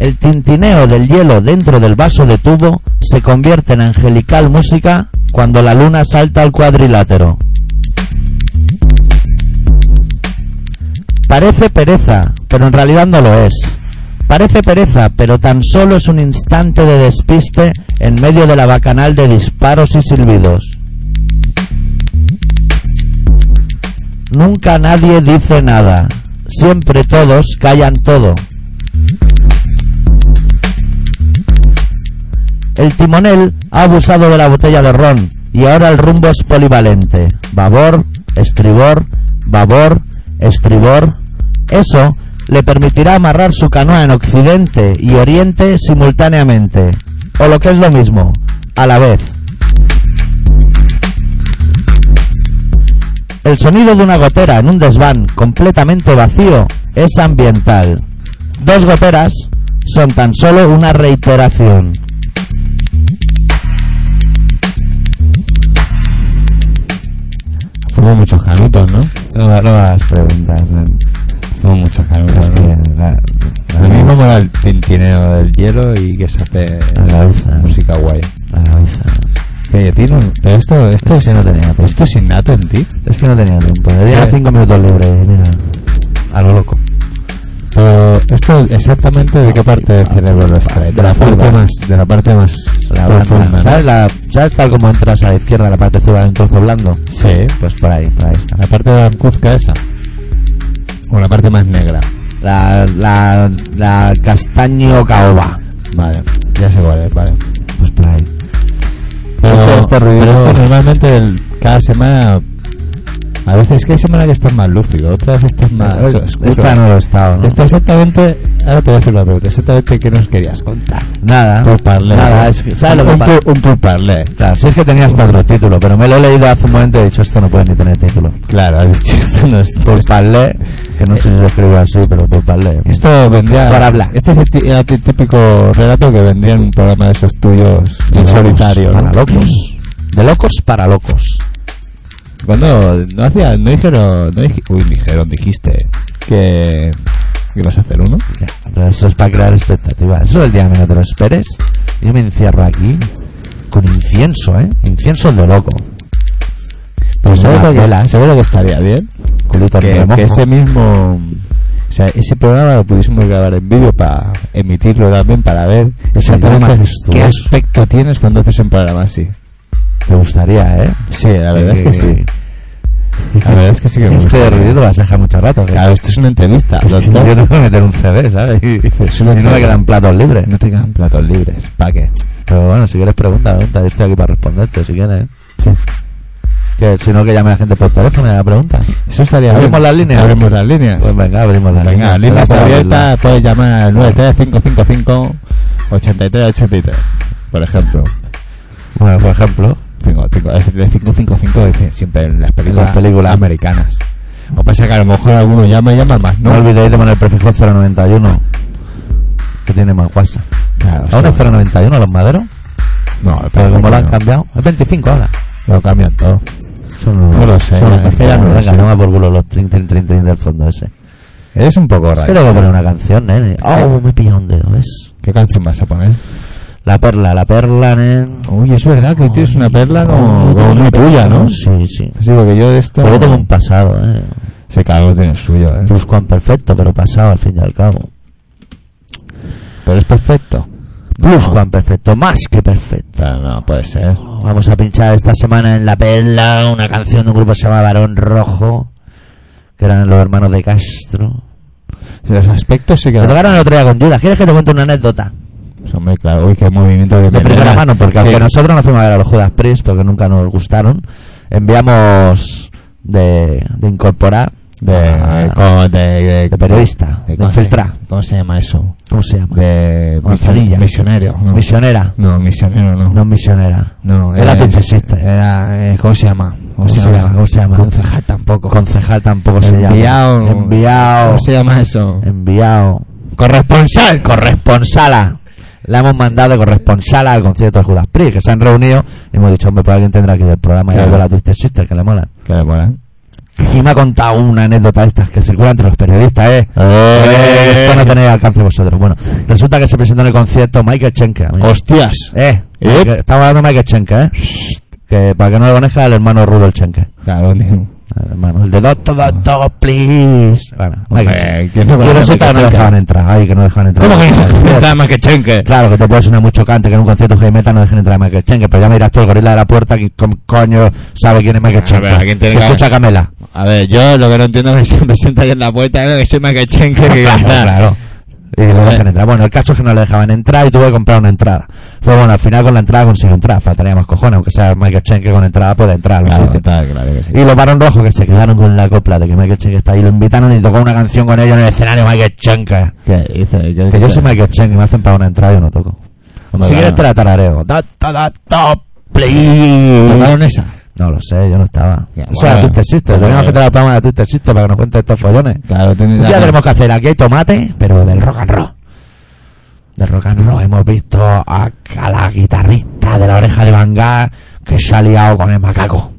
[SPEAKER 1] El tintineo del hielo dentro del vaso de tubo se convierte en angelical música cuando la luna salta al cuadrilátero. Parece pereza, pero en realidad no lo es. Parece pereza, pero tan solo es un instante de despiste en medio de la bacanal de disparos y silbidos. Nunca nadie dice nada. Siempre todos callan todo. El timonel ha abusado de la botella de ron y ahora el rumbo es polivalente. Babor, estribor, babor, estribor. Eso le permitirá amarrar su canoa en occidente y oriente simultáneamente, o lo que es lo mismo, a la vez. El sonido de una gotera en un desván completamente vacío es ambiental. Dos goteras son tan solo una reiteración.
[SPEAKER 2] Fumo muchos canutos, ¿no?
[SPEAKER 1] No, me- no me hagas preguntas. no.
[SPEAKER 2] Fumo muchos canutos,
[SPEAKER 1] Es que
[SPEAKER 2] ¿no?
[SPEAKER 1] la,
[SPEAKER 2] A mí me mola el tintineo del hielo y que se hace
[SPEAKER 1] la garuza,
[SPEAKER 2] música guay.
[SPEAKER 1] la garuza.
[SPEAKER 2] Oye, Tino, pero esto, esto,
[SPEAKER 1] Es que no tenía tiempo.
[SPEAKER 2] esto es innato en ti.
[SPEAKER 1] Es que no tenía tiempo. Tenía
[SPEAKER 2] Eh.
[SPEAKER 1] cinco minutos libres. Mira. A lo loco.
[SPEAKER 2] Pero esto exactamente de qué parte del cerebro lo extrae. De la parte más, de la parte más
[SPEAKER 1] La
[SPEAKER 2] profunda,
[SPEAKER 1] blanda.
[SPEAKER 2] ¿no?
[SPEAKER 1] ¿Sabes, la- ¿Sabes tal como entras a la izquierda, la parte ciudad del trozo blando?
[SPEAKER 2] Sí,
[SPEAKER 1] Pues por ahí, por ahí está.
[SPEAKER 2] la parte de la cuzca esa. O la parte más negra.
[SPEAKER 1] La, la, la castaño caoba.
[SPEAKER 2] Vale, ya sé cuál es, vale.
[SPEAKER 1] Pues por ahí.
[SPEAKER 2] Pero,
[SPEAKER 1] Este- este ruido-
[SPEAKER 2] pero esto normalmente el- cada semana. A veces es que hay semanas que estás más lúcido, otras estás más.
[SPEAKER 1] Eh,
[SPEAKER 2] oscuro.
[SPEAKER 1] Esta no lo he estado, ¿no?
[SPEAKER 2] Esto exactamente. Ahora te voy a hacer una pregunta. Exactamente qué nos querías contar.
[SPEAKER 1] Nada.
[SPEAKER 2] Por parler.
[SPEAKER 1] Nada, es que- ¿sabes lo que
[SPEAKER 2] un,
[SPEAKER 1] pasa?
[SPEAKER 2] pu- Un por parler.
[SPEAKER 1] Claro, si es que tenía hasta otro título, pero me lo he leído hace un momento y he dicho, esto no puede ni tener título.
[SPEAKER 2] Claro, has dicho, esto no es.
[SPEAKER 1] Por parler, que no sé si lo escribo así, pero por parler.
[SPEAKER 2] Esto vendría.
[SPEAKER 1] Para hablar.
[SPEAKER 2] Este es el ti- el típico relato que vendría en un programa de esos tuyos en
[SPEAKER 1] Locos
[SPEAKER 2] solitario.
[SPEAKER 1] Para
[SPEAKER 2] ¿no?
[SPEAKER 1] locos. De locos para locos.
[SPEAKER 2] Cuando no hacía, no dijeron, no dij- uy, dijeron, dijiste que ibas a hacer uno.
[SPEAKER 1] Ya, pero eso es para crear expectativas. Eso el día que no te lo esperes. Yo me encierro aquí con incienso, ¿eh? Incienso de loco. Pues
[SPEAKER 2] seguro,
[SPEAKER 1] una
[SPEAKER 2] que,
[SPEAKER 1] vela,
[SPEAKER 2] seguro que estaría bien.
[SPEAKER 1] culito en
[SPEAKER 2] Que,
[SPEAKER 1] remojo.
[SPEAKER 2] que ese mismo, o sea, ese programa lo pudiésemos grabar en vídeo para emitirlo también para ver
[SPEAKER 1] programa
[SPEAKER 2] exactamente
[SPEAKER 1] majestuoso.
[SPEAKER 2] qué aspecto tienes cuando haces un programa así.
[SPEAKER 1] Te gustaría, ¿eh?
[SPEAKER 2] Sí, la verdad es que sí. La verdad es que sí que me
[SPEAKER 1] Este
[SPEAKER 2] gustaría.
[SPEAKER 1] ruido lo vas a dejar mucho rato. ¿eh?
[SPEAKER 2] Claro, esto es una entrevista.
[SPEAKER 1] Es que
[SPEAKER 2] doctor.
[SPEAKER 1] yo tengo que meter un CD, ¿sabes? Y, y
[SPEAKER 2] Es una
[SPEAKER 1] no me
[SPEAKER 2] entrevista.
[SPEAKER 1] quedan platos libres.
[SPEAKER 2] No te quedan platos libres. ¿Para qué?
[SPEAKER 1] Pero bueno, si quieres pregunta, pregunta. Yo estoy aquí para responderte, si quieres.
[SPEAKER 2] Sí.
[SPEAKER 1] Que si no, que llame a la gente por teléfono y haga preguntas.
[SPEAKER 2] Eso estaría
[SPEAKER 1] ¿Abrimos
[SPEAKER 2] bien.
[SPEAKER 1] las líneas?
[SPEAKER 2] Abrimos las líneas.
[SPEAKER 1] Pues venga, abrimos la
[SPEAKER 2] Venga,
[SPEAKER 1] línea.
[SPEAKER 2] líneas
[SPEAKER 1] Será para
[SPEAKER 2] abiertas, puedes llamar al 93555 83 HP, por ejemplo.
[SPEAKER 1] Bueno, por ejemplo,
[SPEAKER 2] Tengo, tengo, es el 555 dice siempre en las películas,
[SPEAKER 1] Las películas.
[SPEAKER 2] americanas. O pasa que a lo mejor alguno llama y llama más,
[SPEAKER 1] no,
[SPEAKER 2] ¿no?
[SPEAKER 1] olvidéis de poner el prefijo 091. Que tiene más guasa.
[SPEAKER 2] Claro,
[SPEAKER 1] ¿Ahora es
[SPEAKER 2] sí.
[SPEAKER 1] 091 los maderos?
[SPEAKER 2] No,
[SPEAKER 1] Pero como lo han
[SPEAKER 2] no.
[SPEAKER 1] cambiado, es 25 ahora.
[SPEAKER 2] Lo cambian todo.
[SPEAKER 1] Son
[SPEAKER 2] No lo sé,
[SPEAKER 1] Son
[SPEAKER 2] eh,
[SPEAKER 1] es que ya
[SPEAKER 2] no
[SPEAKER 1] no
[SPEAKER 2] lo
[SPEAKER 1] venga,
[SPEAKER 2] sé.
[SPEAKER 1] toma por culo los 30 trin, trin, trin del fondo ese.
[SPEAKER 2] Es un poco
[SPEAKER 1] Es que
[SPEAKER 2] raro.
[SPEAKER 1] tengo que poner una canción, nene. Oh, me pilla un dedo, ¿ves?
[SPEAKER 2] ¿Qué canción vas a poner?
[SPEAKER 1] La perla, la perla, nen. Oh,
[SPEAKER 2] Uy, es verdad que hoy tienes una perla como, como muy tuya, ¿no?
[SPEAKER 1] Sí, sí.
[SPEAKER 2] Sí, porque yo de esto...
[SPEAKER 1] Porque yo tengo un pasado, eh.
[SPEAKER 2] Sí, cada uno tiene el suyo, ¿eh?
[SPEAKER 1] Plus cuan perfecto, pero pasado al fin y al cabo.
[SPEAKER 2] Pero es perfecto.
[SPEAKER 1] Plus
[SPEAKER 2] No.
[SPEAKER 1] cuan perfecto, más que perfecto.
[SPEAKER 2] Pero no, puede ser.
[SPEAKER 1] Vamos a pinchar esta semana en La Perla una canción de un grupo que se llama Barón Rojo, que eran los hermanos de Castro.
[SPEAKER 2] Los aspectos sí que... Pues,
[SPEAKER 1] Me tocaron el otro día con Judas. ¿Quieres que te cuente una anécdota?
[SPEAKER 2] Hombre, claro. Uy, qué movimiento de...
[SPEAKER 1] de
[SPEAKER 2] melena.
[SPEAKER 1] primera mano, porque aunque
[SPEAKER 2] Sí.
[SPEAKER 1] nosotros no fuimos a ver a los Judas Priest, porque nunca nos gustaron, enviamos de, de incorporar
[SPEAKER 2] De,
[SPEAKER 1] a-
[SPEAKER 2] co- Ah, de, de-
[SPEAKER 1] de periodista, de
[SPEAKER 2] eh, ¿cómo se-
[SPEAKER 1] infiltrá.
[SPEAKER 2] ¿Cómo se llama eso?
[SPEAKER 1] ¿cómo se llama?
[SPEAKER 2] De
[SPEAKER 1] Gonzalilla.
[SPEAKER 2] misionero. No.
[SPEAKER 1] misionera,
[SPEAKER 2] No, misionero no.
[SPEAKER 1] no misionera.
[SPEAKER 2] No,
[SPEAKER 1] Era
[SPEAKER 2] eh,
[SPEAKER 1] antifascista.
[SPEAKER 2] Era, eh, ¿Cómo se llama?
[SPEAKER 1] ¿Cómo se llama? ¿Cómo se llama?
[SPEAKER 2] Concejal tampoco.
[SPEAKER 1] Concejal tampoco se llama.
[SPEAKER 2] Enviado.
[SPEAKER 1] Enviado.
[SPEAKER 2] ¿Cómo se llama eso?
[SPEAKER 1] Enviado.
[SPEAKER 2] Corresponsal.
[SPEAKER 1] Corresponsala. La hemos mandado de corresponsala al concierto de Judas Priest, que se han reunido y hemos dicho, hombre, pues alguien tendrá que ir del programa y
[SPEAKER 2] Claro.
[SPEAKER 1] algo de la Twisted Sister que le mola.
[SPEAKER 2] ¿Qué le mola?
[SPEAKER 1] Y me ha contado una anécdota de estas que circula entre los periodistas, ¿eh? Eh, Esto no tenéis alcance vosotros. Bueno, resulta que se presentó en el concierto Michael Schenker. amigo.
[SPEAKER 2] ¡Hostias!
[SPEAKER 1] Eh,
[SPEAKER 2] ¿Eh?
[SPEAKER 1] Michael- estamos hablando de Michael Schenker, ¿eh? Que para que no lo conozca, el hermano Rudolf Schenker.
[SPEAKER 2] Claro, tío.
[SPEAKER 1] El hermano, el de Doctor, Doctor, please. Bueno, Michael Schenker.
[SPEAKER 2] Hombre, ¿quién eh, no
[SPEAKER 1] Y
[SPEAKER 2] conoce
[SPEAKER 1] resulta que no
[SPEAKER 2] Michael Schenker?
[SPEAKER 1] dejaban entrar. Ay, que no dejaban entrar.
[SPEAKER 2] ¿Cómo que no? Está más que Chenque.
[SPEAKER 1] Claro, que te puede sonar muy chocante que en un concierto de heavy metal no dejen entrar a Michael Schenker, pero ya me dirás tú, el gorila de la puerta, que con coño sabe quién es Michael
[SPEAKER 2] A
[SPEAKER 1] Schenker?
[SPEAKER 2] ver, ¿a quién tiene
[SPEAKER 1] Se
[SPEAKER 2] que-
[SPEAKER 1] escucha a Camela.
[SPEAKER 2] A ver, yo lo que no entiendo es que se presenta aquí en la puerta eh, que soy más que Chenque que
[SPEAKER 1] Claro,
[SPEAKER 2] cantar.
[SPEAKER 1] claro. Y le dejan entrar. Bueno, el caso es que no le dejaban entrar y tuve que comprar una entrada. Pero bueno, al final con la entrada consigo entrar. Faltaría más cojones, aunque sea Michael Chen que con entrada puede entrar. no
[SPEAKER 2] Claro,
[SPEAKER 1] existe.
[SPEAKER 2] está claro que sí.
[SPEAKER 1] Y los varón rojos que se quedaron con la copla de que Michael Chen está ahí, lo invitaron y tocó una canción con ellos en el escenario Michael Chen. Que
[SPEAKER 2] ¿Qué hice? Yo,
[SPEAKER 1] yo soy Michael Chen y me hacen para una entrada y yo no toco.
[SPEAKER 2] Hombre,
[SPEAKER 1] si quieres
[SPEAKER 2] claro.
[SPEAKER 1] te la tarareo. Da, da, da, da, please.
[SPEAKER 2] ¿Tocaron esa?
[SPEAKER 1] No lo sé, yo no estaba.
[SPEAKER 2] Ya,
[SPEAKER 1] Eso era
[SPEAKER 2] bueno. pues, eh.
[SPEAKER 1] Twister Sister.
[SPEAKER 2] Bueno,
[SPEAKER 1] Tenemos que
[SPEAKER 2] bueno.
[SPEAKER 1] traer el programa de Twister Sister para que nos cuente estos follones.
[SPEAKER 2] Claro,
[SPEAKER 1] Un día tenemos que hacer aquí hay tomate, pero del rock and roll. Del rock and roll hemos visto a, a la guitarrista de la oreja de Van Gaal que se ha liado con el macaco.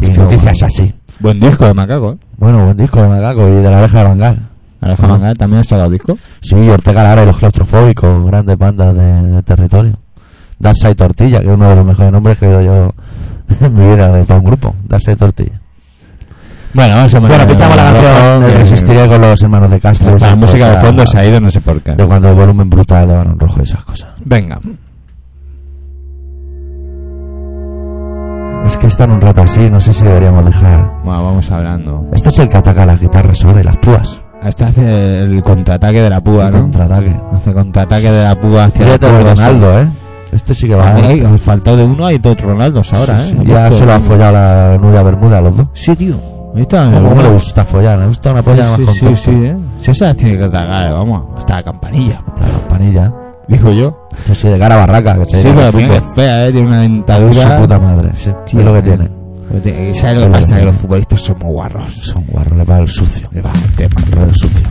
[SPEAKER 1] Y
[SPEAKER 2] Hostia,
[SPEAKER 1] noticias así.
[SPEAKER 2] Buen disco de Macaco, ¿eh?
[SPEAKER 1] Bueno, buen disco de macaco y de la oreja de Van Gaal.
[SPEAKER 2] Alejo
[SPEAKER 1] Ah.
[SPEAKER 2] Mangal también ha sacado disco.
[SPEAKER 1] Sí, Ortega Lara y los claustrofóbicos, grandes bandas de, de territorio. Darsa y Tortilla, que es uno de los mejores nombres que he oído yo en mi vida de- para un grupo. Darsa y Tortilla.
[SPEAKER 2] Bueno, vamos a
[SPEAKER 1] Bueno, pinchamos la canción de Resistiré con los hermanos de Castro.
[SPEAKER 2] Eh, Nuestra
[SPEAKER 1] esa
[SPEAKER 2] música de
[SPEAKER 1] cosa
[SPEAKER 2] fondo se ha ido, no sé por qué.
[SPEAKER 1] De cuando el volumen brutal de Barón Rojo y esas cosas.
[SPEAKER 2] Venga.
[SPEAKER 1] Es que estar un rato así, no sé si deberíamos dejar.
[SPEAKER 2] Bueno, vamos hablando.
[SPEAKER 1] Este es el que ataca las guitarras sobre las púas.
[SPEAKER 2] Este hace el contraataque de la púa, ¿no?
[SPEAKER 1] Contraataque.
[SPEAKER 2] Hace contraataque de la púa hacia
[SPEAKER 1] Fíjate
[SPEAKER 2] la
[SPEAKER 1] de
[SPEAKER 2] púa.
[SPEAKER 1] Ronaldo, ¿eh? Este sí que va.
[SPEAKER 2] Ah,
[SPEAKER 1] ¿eh?
[SPEAKER 2] mira, ha faltado de uno hay dos Ronaldos ahora,
[SPEAKER 1] Sí,
[SPEAKER 2] ¿eh?
[SPEAKER 1] sí, Ya se lo han follado la Nuria Bermuda a los dos.
[SPEAKER 2] Sí, tío. Ahí está.
[SPEAKER 1] ¿Cómo
[SPEAKER 2] bueno.
[SPEAKER 1] le gusta follar? Me gusta una polla
[SPEAKER 2] sí,
[SPEAKER 1] más
[SPEAKER 2] sí,
[SPEAKER 1] con
[SPEAKER 2] sí, ¿eh? Si esa las tiene que atacar, vamos, hasta la campanilla.
[SPEAKER 1] las panillas.
[SPEAKER 2] Digo yo.
[SPEAKER 1] Yo soy de cara a barraca, que se
[SPEAKER 2] Sí,
[SPEAKER 1] llena de
[SPEAKER 2] pero mira que
[SPEAKER 1] pico.
[SPEAKER 2] es fea, ¿eh? Tiene una
[SPEAKER 1] Su
[SPEAKER 2] dentadura.
[SPEAKER 1] puta madre. Sí,
[SPEAKER 2] Tío,
[SPEAKER 1] es lo que
[SPEAKER 2] eh.
[SPEAKER 1] tiene.
[SPEAKER 2] Pero te- ¿Sabes lo que
[SPEAKER 1] Pero
[SPEAKER 2] pasa?
[SPEAKER 1] mira.
[SPEAKER 2] Que los futbolistas son muy guarros. Ah,
[SPEAKER 1] Son guarros, le va el sucio.
[SPEAKER 2] Le va el tema.
[SPEAKER 1] Le va el sucio.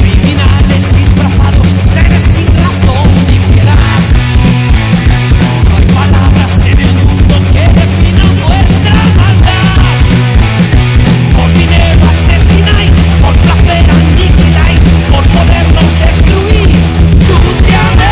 [SPEAKER 3] Criminales disfrazados, seres sin razón ni piedad. No hay palabras en el mundo que definan vuestra maldad. Por dinero asesináis, por placer aniquiláis, por poder nos destruís. Suciamente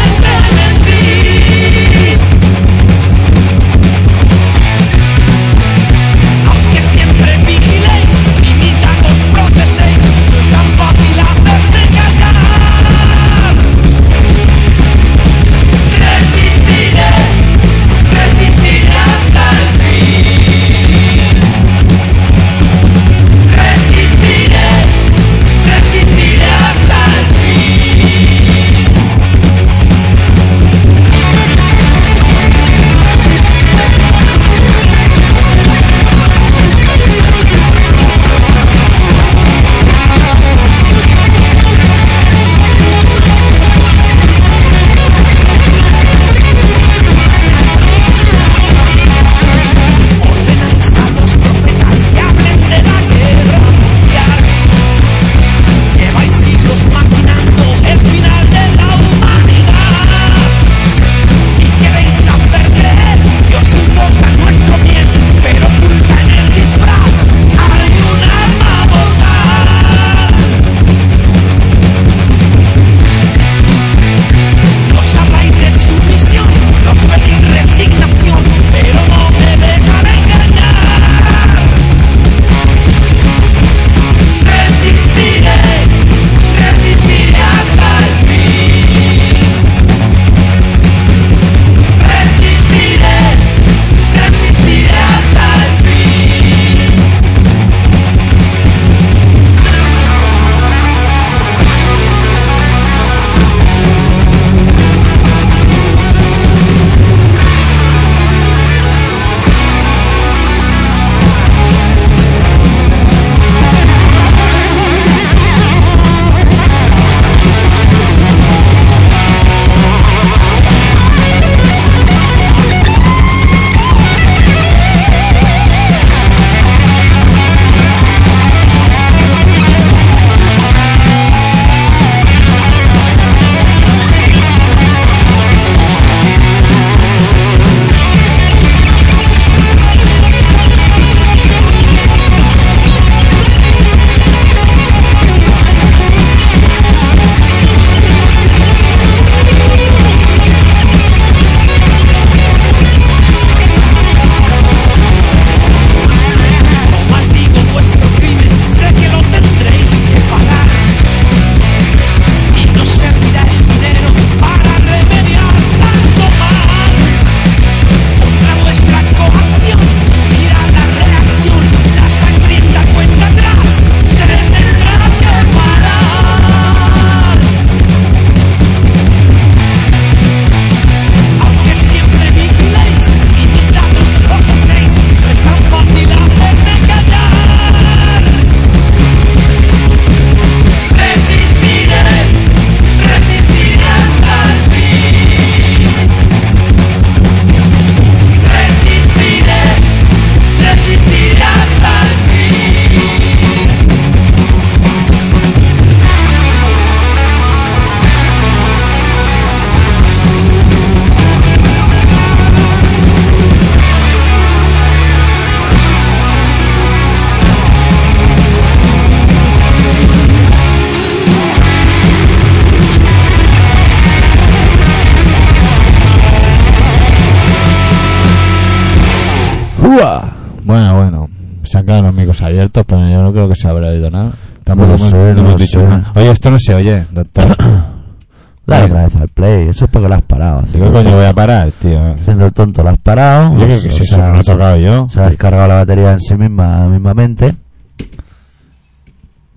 [SPEAKER 2] abiertos, pero yo no creo que se habrá oído nada. Tampoco
[SPEAKER 4] No
[SPEAKER 2] hemos,
[SPEAKER 4] sé,
[SPEAKER 2] no
[SPEAKER 4] no
[SPEAKER 2] hemos
[SPEAKER 4] lo
[SPEAKER 2] dicho
[SPEAKER 4] sé.
[SPEAKER 2] nada. Oye, esto no se oye, doctor.
[SPEAKER 1] Dale
[SPEAKER 2] Vale.
[SPEAKER 1] otra vez al play. Eso es porque lo has parado.
[SPEAKER 2] ¿Qué
[SPEAKER 1] haciendo el
[SPEAKER 2] coño
[SPEAKER 1] tonto.
[SPEAKER 2] voy a parar, tío?
[SPEAKER 1] Haciendo el tonto, lo has parado. Pues,
[SPEAKER 2] Yo creo
[SPEAKER 4] Pues
[SPEAKER 2] que
[SPEAKER 1] O
[SPEAKER 2] si eso
[SPEAKER 1] sea,
[SPEAKER 2] no lo he
[SPEAKER 1] se-
[SPEAKER 2] tocado yo.
[SPEAKER 1] Se ha descargado la batería en sí misma, mismamente.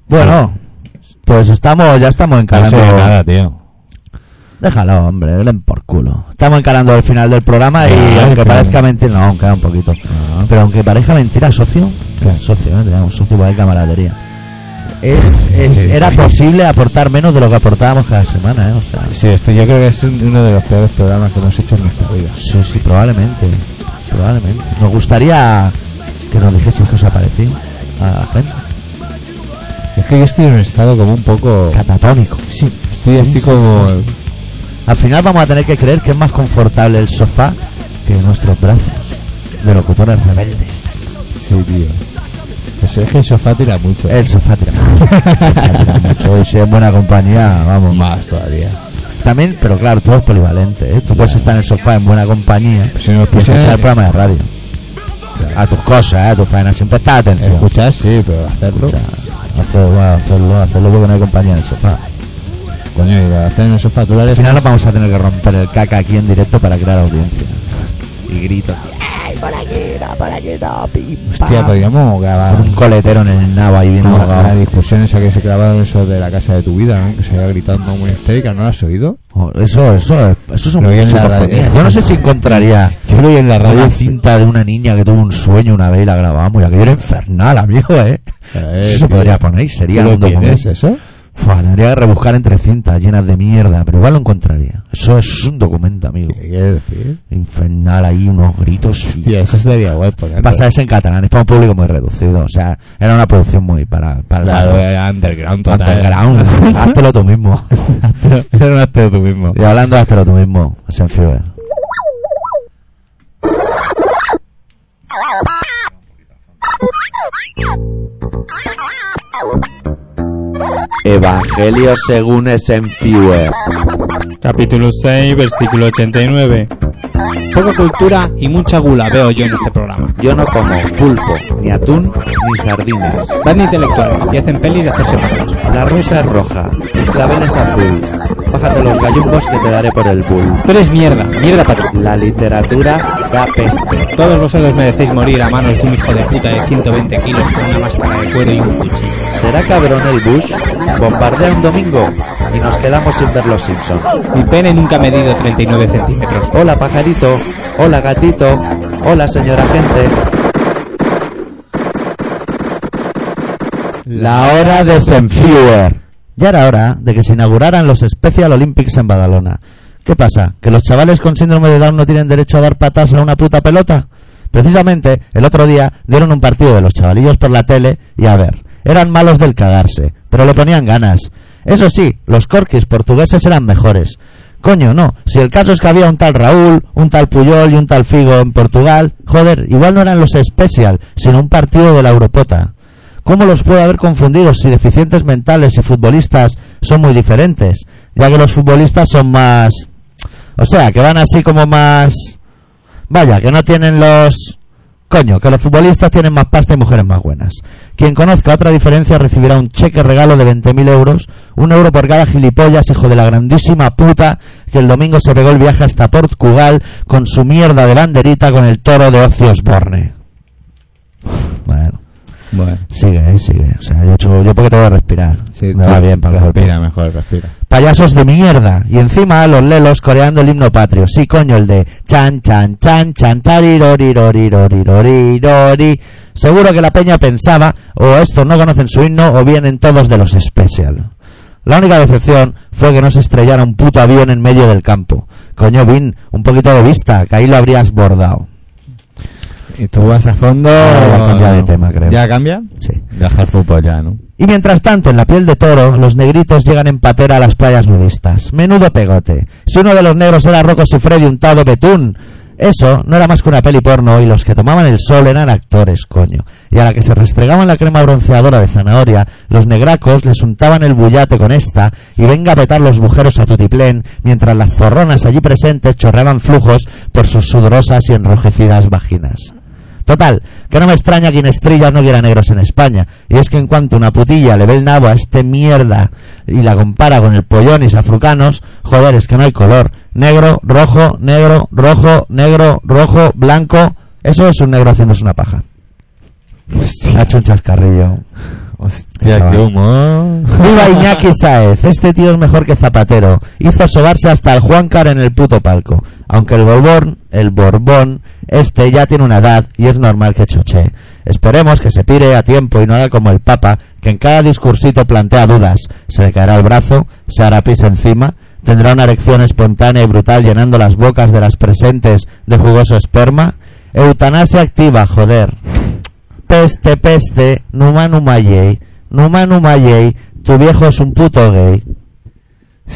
[SPEAKER 1] Bueno, pues estamos, ya estamos
[SPEAKER 2] No sé
[SPEAKER 1] encarando.
[SPEAKER 2] nada, tío.
[SPEAKER 1] Déjalo, hombre, denle por culo. Estamos encarando el final del programa y
[SPEAKER 2] Ah,
[SPEAKER 1] aunque
[SPEAKER 2] claro.
[SPEAKER 1] parezca mentira, no, aunque un poquito. Pero aunque parezca mentira, socio,
[SPEAKER 2] ¿Qué?
[SPEAKER 1] socio, eh, tenemos socio para camaradería. Es, es- era posible aportar menos de lo que aportábamos cada semana, ¿eh? O sea,
[SPEAKER 2] Sí, esto yo creo que es un- uno de los peores programas que hemos hecho en nuestra vida.
[SPEAKER 1] sí, sí, probablemente. Probablemente. Nos gustaría que nos dijeseis que os ha parecido a la gente.
[SPEAKER 2] Es que yo estoy en un estado como un poco...
[SPEAKER 1] Catatónico.
[SPEAKER 2] Sí, estoy así como...
[SPEAKER 1] Al final vamos a tener que creer que es más confortable el sofá que nuestros brazos de locutores rebeldes.
[SPEAKER 2] Sí, tío. Pues es que el sofá tira mucho. ¿eh?
[SPEAKER 1] El sofá tira mucho. Y si es buena compañía, vamos.
[SPEAKER 2] Más todavía.
[SPEAKER 1] También, pero claro, todo es polivalente. ¿eh? Tú puedes estar en el sofá en buena compañía
[SPEAKER 2] Si nos
[SPEAKER 1] y escuchar el
[SPEAKER 2] pusieran...
[SPEAKER 1] programa de radio. A tus cosas, ¿eh? a tus faenas. Siempre está atención.
[SPEAKER 2] Escuchar, sí, pero hacerlo...
[SPEAKER 1] Escucha, hacer- bueno, hacerlo, hacerlo porque no hay compañía en el sofá.
[SPEAKER 2] Coño, y hacer en el sofá, tú lo
[SPEAKER 1] Al
[SPEAKER 2] harías...
[SPEAKER 1] final nos vamos a tener que romper el caca aquí en directo para crear audiencia. Y gritos. ¡Ay, por aquí, no, por aquí, no! pim, pam!
[SPEAKER 2] Hostia, podríamos grabar...
[SPEAKER 1] Con un coletero en el nabo ahí bien
[SPEAKER 2] No, la
[SPEAKER 1] ahogado.
[SPEAKER 2] discusión esa que se grabaron eso de la casa de tu vida, ¿no? que se iba gritando muy histérica, ¿no la has oído?
[SPEAKER 1] Oh, Eso, eso, eso son
[SPEAKER 2] Lo oí en la
[SPEAKER 1] psicofonías.
[SPEAKER 2] radio.
[SPEAKER 1] Yo no sé si encontraría
[SPEAKER 2] Yo lo oí en la
[SPEAKER 1] una cinta de una niña que tuvo un sueño una vez y la grabamos. Y aquello era infernal, amigo, ¿eh? eso se podría poner y sería un
[SPEAKER 2] ¿Tienes
[SPEAKER 1] documento.
[SPEAKER 2] eso?
[SPEAKER 1] Fua, tendría que rebuscar entre cintas llenas de mierda, pero igual lo encontraría. Eso es un documento, amigo.
[SPEAKER 2] ¿Qué quieres decir?
[SPEAKER 1] Infernal ahí, unos gritos. y-
[SPEAKER 2] Hostia, eso sería guapo. ¿no?
[SPEAKER 1] Pasa eso en catalán, es para un público muy reducido. O sea, era una producción muy para, para
[SPEAKER 2] Claro,
[SPEAKER 1] el
[SPEAKER 2] eh, underground total.
[SPEAKER 1] underground. Háztelo tú mismo.
[SPEAKER 2] Era un hazte tú mismo.
[SPEAKER 1] Y hablando de háztelo tú mismo, Senfiber. Evangelio según Senfiber.
[SPEAKER 5] Capítulo 6, versículo 89. Poca cultura y mucha gula veo yo en este programa.
[SPEAKER 1] Yo no como pulpo, ni atún, ni sardinas.
[SPEAKER 5] Van de intelectuales y hacen pelis de hacerse malos.
[SPEAKER 1] La rosa es roja, el clavel es azul. Bájate los gallumbos que te daré por el bull.
[SPEAKER 5] Tú eres mierda, mierda para ti.
[SPEAKER 1] La literatura da peste.
[SPEAKER 5] Todos vosotros merecéis morir a manos de un hijo de puta de 120 kilos con una máscara de cuero y un cuchillo.
[SPEAKER 1] ¿Será cabrón el Bush? Bombardea un domingo y nos quedamos sin ver los Simpsons.
[SPEAKER 5] Mi pene nunca ha medido 39 centímetros.
[SPEAKER 1] Hola pajarito, hola gatito, hola señora gente. La hora de Senfuer. Ya era hora de que se inauguraran los Special Olympics en Badalona. ¿Qué pasa? ¿Que los chavales con síndrome de Down no tienen derecho a dar patas a una puta pelota? Precisamente, el otro día dieron un partido de los chavalillos por la tele y a ver, eran malos del cagarse, pero le ponían ganas. Eso sí, los corquis portugueses eran mejores. Coño, no, si el caso es que había un tal Raúl, un tal Puyol y un tal Figo en Portugal, joder, igual no eran los Special, sino un partido de la Europota. ¿Cómo los puede haber confundido si deficientes mentales y futbolistas son muy diferentes? Ya que los futbolistas son más... O sea, que van así como más... Vaya, que no tienen los... Coño, que los futbolistas tienen más pasta y mujeres más buenas. Quien conozca otra diferencia recibirá un cheque regalo de 20.000 euros, un euro por cada gilipollas, hijo de la grandísima puta, que el domingo se pegó el viaje hasta Portugal con su mierda de banderita con el toro de Ocios Borne. Bueno.
[SPEAKER 2] Bueno.
[SPEAKER 1] Sigue, eh, sigue. O sea, yo, he hecho- yo porque tengo que respirar. Me va bien para el
[SPEAKER 2] Respira mejor, respira.
[SPEAKER 1] Payasos de mierda. Y encima los lelos coreando el himno patrio. Sí, coño, el de chan, chan, chan, chan, tarirorirorirorirorirori. Seguro que la peña pensaba, o estos no conocen su himno, o vienen todos de los special. La única decepción fue que no se estrellara un puto avión en medio del campo. Coño, Vin, un poquito de vista, que ahí lo habrías bordado.
[SPEAKER 2] ¿Y tú vas a fondo?
[SPEAKER 1] Ah, ya cambia de tema, creo.
[SPEAKER 2] ¿Ya cambia?
[SPEAKER 1] Sí.
[SPEAKER 2] Deja el fútbol ya, ¿no?
[SPEAKER 1] Y mientras tanto, en la piel de toro, los negritos llegan en patera a las playas nudistas. Menudo pegote. Si uno de los negros era Rocco Siffredi untado de betún, eso no era más que una peli porno y los que tomaban el sol eran actores, coño. Y a la que se restregaban la crema bronceadora de zanahoria, los negracos les untaban el bullate con esta y venga a petar los mujeres a tutiplén mientras las zorronas allí presentes chorreaban flujos por sus sudorosas y enrojecidas vaginas. Total, que no me extraña que Inestrillas no quiera negros en España. Y es que en cuanto una putilla le ve el nabo a este mierda y la compara con el pollonis africanos, joder, es que no hay color. Negro, rojo, negro, rojo, negro, rojo, blanco. Eso es un negro haciéndose una paja. Ha hecho un chascarrillo.
[SPEAKER 4] Hostia,
[SPEAKER 1] Chaval.
[SPEAKER 4] qué humor.
[SPEAKER 1] Viva Iñaki Saez, este tío es mejor que Zapatero. Hizo sobarse hasta el Juancar en el puto palco. Aunque el Borbón, el Borbón, este ya tiene una edad y es normal que choche. Esperemos que se pire a tiempo y no haga como el Papa, que en cada discursito plantea dudas. Se le caerá el brazo, se hará pis encima, tendrá una erección espontánea y brutal llenando las bocas de las presentes de jugoso esperma. Eutanasia activa, joder. Peste, peste, numa numa yey, numa numa yey, tu viejo es un puto gay.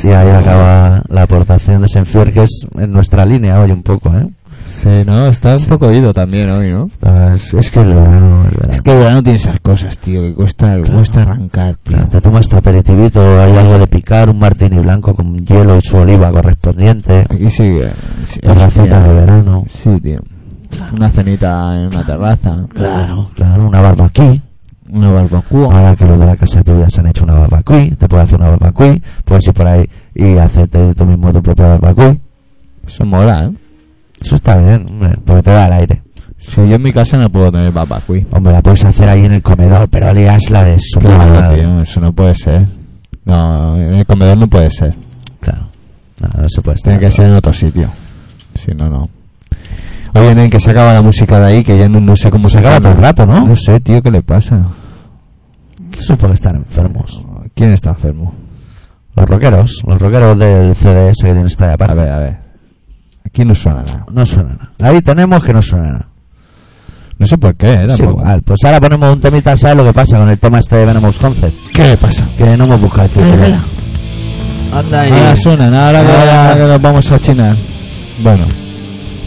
[SPEAKER 1] Y ahí acaba la aportación de Senfier, que es en nuestra línea hoy un poco, ¿eh?
[SPEAKER 4] Sí, no, está un poco oído también hoy, ¿no?
[SPEAKER 1] Está- Es, es que es lo bueno, es verdad.
[SPEAKER 4] Es que el verano tiene esas cosas, tío, que cuesta, cuesta arrancar, tío.
[SPEAKER 1] Claro, Te tomas tu aperitivito, hay algo de picar, un martini blanco con hielo y su oliva correspondiente,
[SPEAKER 4] Aquí sí, eh, sí, ¿eh?
[SPEAKER 1] terracita de
[SPEAKER 4] hostia.
[SPEAKER 1] verano.
[SPEAKER 4] Sí, tío. Una cenita en una terraza.
[SPEAKER 1] Claro, claro, una barba aquí.
[SPEAKER 4] Una barbacoa.
[SPEAKER 1] Ahora que los de la casa tuya se han hecho una barbacoa, te puedes hacer una barbacoa, puedes ir por ahí y hacerte tú mismo tu propia barbacoa.
[SPEAKER 4] Eso mola, ¿eh?
[SPEAKER 1] Eso está bien, hombre, porque te da el aire.
[SPEAKER 4] Si yo en mi casa no puedo tener barbacoa.
[SPEAKER 1] Hombre, la puedes hacer ahí en el comedor, pero lias la de su
[SPEAKER 4] Claro,
[SPEAKER 1] madre.
[SPEAKER 4] tío, eso no puede ser. No, en el comedor no puede ser.
[SPEAKER 1] Claro. No, no se puede
[SPEAKER 4] Tiene
[SPEAKER 1] estar.
[SPEAKER 4] que ser en otro sitio. Si no, no. Oye, nen, que se acaba la música de ahí, que ya no, no sé cómo
[SPEAKER 1] Se acaba todo el rato, ¿no?
[SPEAKER 4] No sé, tío, ¿qué le pasa?
[SPEAKER 1] Eso puede estar enfermos.
[SPEAKER 4] ¿Quién está enfermo?
[SPEAKER 1] Los rockeros, los rockeros del CDS que tienen esta de
[SPEAKER 4] A
[SPEAKER 1] aparte.
[SPEAKER 4] ver, a ver. Aquí no suena nada.
[SPEAKER 1] No suena nada. Ahí tenemos que no suena nada.
[SPEAKER 4] No sé por qué, ¿eh?
[SPEAKER 1] Es
[SPEAKER 4] Tampoco.
[SPEAKER 1] igual. Pues ahora ponemos un temita, ¿sabes lo que pasa con el tema este de Venomous Concept?
[SPEAKER 4] ¿Qué le pasa?
[SPEAKER 1] Que no hemos buscado el título. Anda ahí.
[SPEAKER 4] Ahora suenan, ahora que,
[SPEAKER 1] Ah.
[SPEAKER 4] ahora que nos vamos a China. Bueno,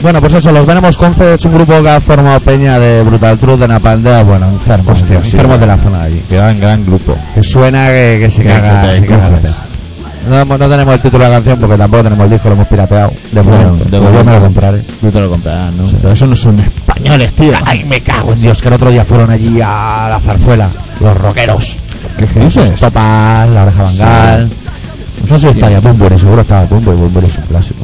[SPEAKER 1] Bueno, pues eso, los Venomous Concept es un grupo que ha formado peña de Brutal Truth, de Napandea, bueno, enfermos, tío,
[SPEAKER 4] sí,
[SPEAKER 1] enfermos
[SPEAKER 4] va.
[SPEAKER 1] de la zona de allí.
[SPEAKER 4] quedan gran grupo.
[SPEAKER 1] Que suena que, que se
[SPEAKER 4] Que-
[SPEAKER 1] caga.
[SPEAKER 4] que-
[SPEAKER 1] se
[SPEAKER 4] que-
[SPEAKER 1] caga la
[SPEAKER 4] que-
[SPEAKER 1] pena. no, hemos- no tenemos el título de la canción porque tampoco tenemos el disco, lo hemos pirateado. De
[SPEAKER 4] Bueno,
[SPEAKER 1] momento,
[SPEAKER 4] de
[SPEAKER 1] Pues yo
[SPEAKER 4] momento.
[SPEAKER 1] me lo compraré.
[SPEAKER 4] Tú te lo comprarás, ¿no? Pero eso no son españoles, tío. Ay, me cago
[SPEAKER 1] Pues Dios, que el otro día fueron allí a la zarzuela, los rockeros.
[SPEAKER 4] ¿Qué dices?
[SPEAKER 1] Topaz, la oreja bangal. No sé si estaría Bumburi, seguro estaba Bumburi, Bumburi es un clásico.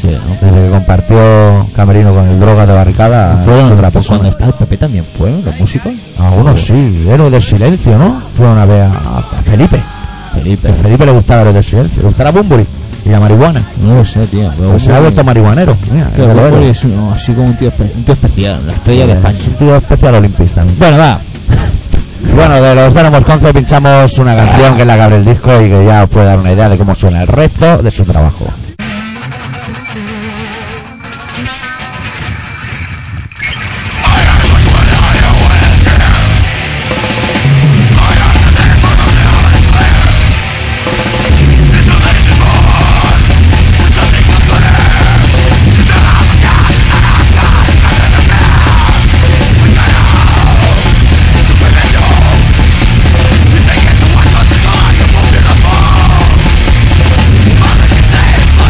[SPEAKER 4] Sí, ¿no?
[SPEAKER 1] Desde que compartió Camerino con el droga de barricada, es otra
[SPEAKER 4] pues cuando
[SPEAKER 1] persona.
[SPEAKER 4] estaba el Pepe también fueron los músicos.
[SPEAKER 1] Algunos sí, héroes del silencio, ¿no? Fueron a ver a a Felipe.
[SPEAKER 4] Felipe.
[SPEAKER 1] A Felipe le gustaba héroes del silencio, le gustaba Bumburi y la marihuana.
[SPEAKER 4] No lo sé, tío. pero
[SPEAKER 1] Pues se ha
[SPEAKER 4] Bumburi-
[SPEAKER 1] vuelto marihuanero. Mira,
[SPEAKER 4] Pero
[SPEAKER 1] que lo
[SPEAKER 4] Bumburi
[SPEAKER 1] era.
[SPEAKER 4] es un- así como un tío, espe- un tío especial, la estrella de España.
[SPEAKER 1] Es un tío especial olimpista. ¿no?
[SPEAKER 4] Bueno, va.
[SPEAKER 1] Bueno, de los Venomous Concept pinchamos una canción que es la que abre el disco y que ya os puede dar una idea de cómo suena el resto de su trabajo.
[SPEAKER 3] Thank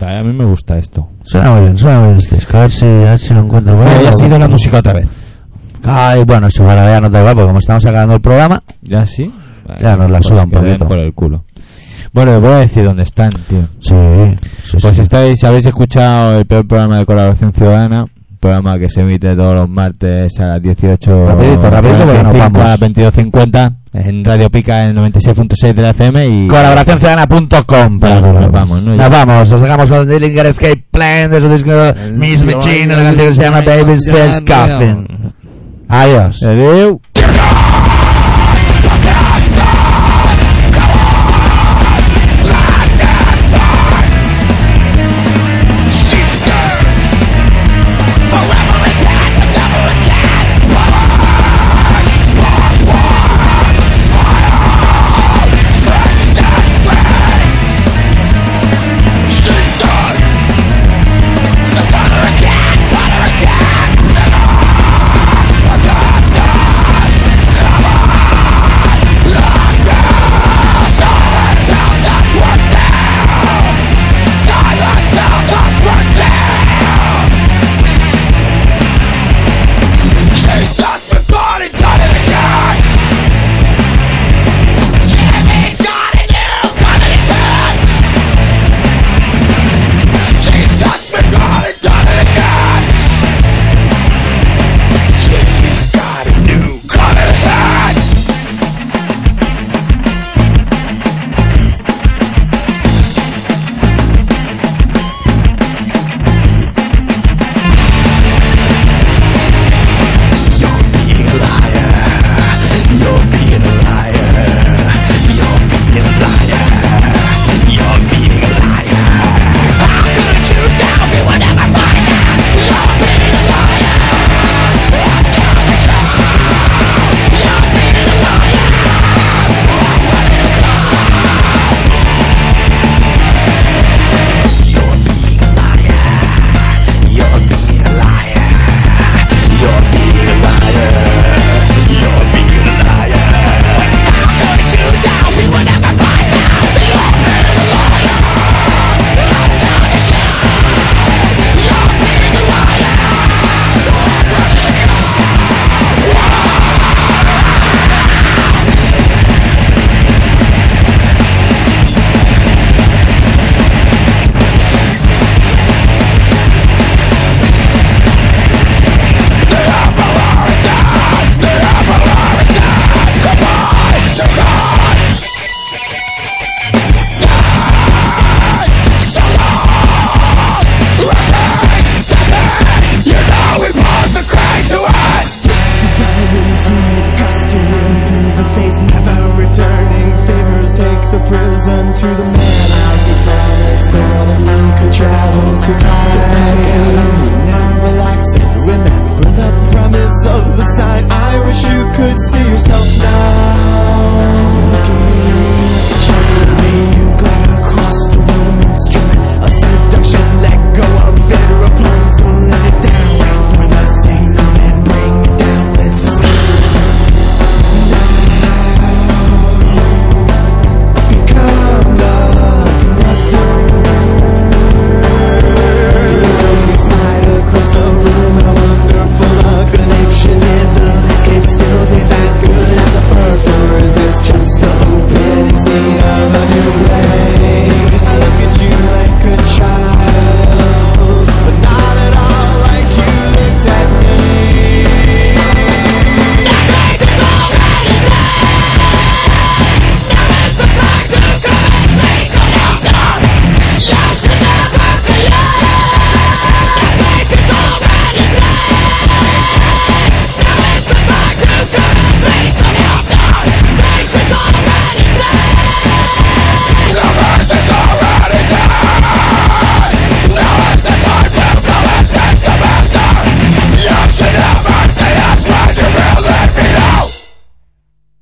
[SPEAKER 4] a mí me gusta esto.
[SPEAKER 1] Suena muy bien, suena muy bien este disco. A ver si, a ver si lo encuentro. por ahí.
[SPEAKER 2] Ahí ha sido la música otra vez.
[SPEAKER 1] Ay, bueno, si fuera ya no da igual, porque como estamos acabando el programa,
[SPEAKER 4] ¿Ya sí?
[SPEAKER 1] Ya nos la
[SPEAKER 4] Pues
[SPEAKER 1] suda un
[SPEAKER 4] que le den
[SPEAKER 1] poquito.
[SPEAKER 4] por el culo. Bueno, les voy a decir dónde están, tío.
[SPEAKER 1] sí, sí,
[SPEAKER 4] Pues
[SPEAKER 1] sí.
[SPEAKER 4] estáis, habéis escuchado el peor programa de colaboración ciudadana, programa que se emite todos los martes a las 18.
[SPEAKER 1] Rapidito, rapidito, porque nos
[SPEAKER 4] 45,
[SPEAKER 1] vamos.
[SPEAKER 4] A las 22.50 en Radio Pica en 96.6 de la FM y.
[SPEAKER 1] colaboracionciudadana.com para
[SPEAKER 4] Ya,
[SPEAKER 1] todos.
[SPEAKER 4] nos vamos, ¿no?
[SPEAKER 1] Nos vamos, os dejamos con Dillinger Escape Plan de su disco Miss Machine, la canción que se llama Baby's First Coffin. Adiós.
[SPEAKER 4] Adiós.
[SPEAKER 6] Dive into it, gusto into the face, never returning favors. Take the prism to the man I could promise, the one who could travel through time. Remember, like said, remember the promise of the sign. I wish you could see yourself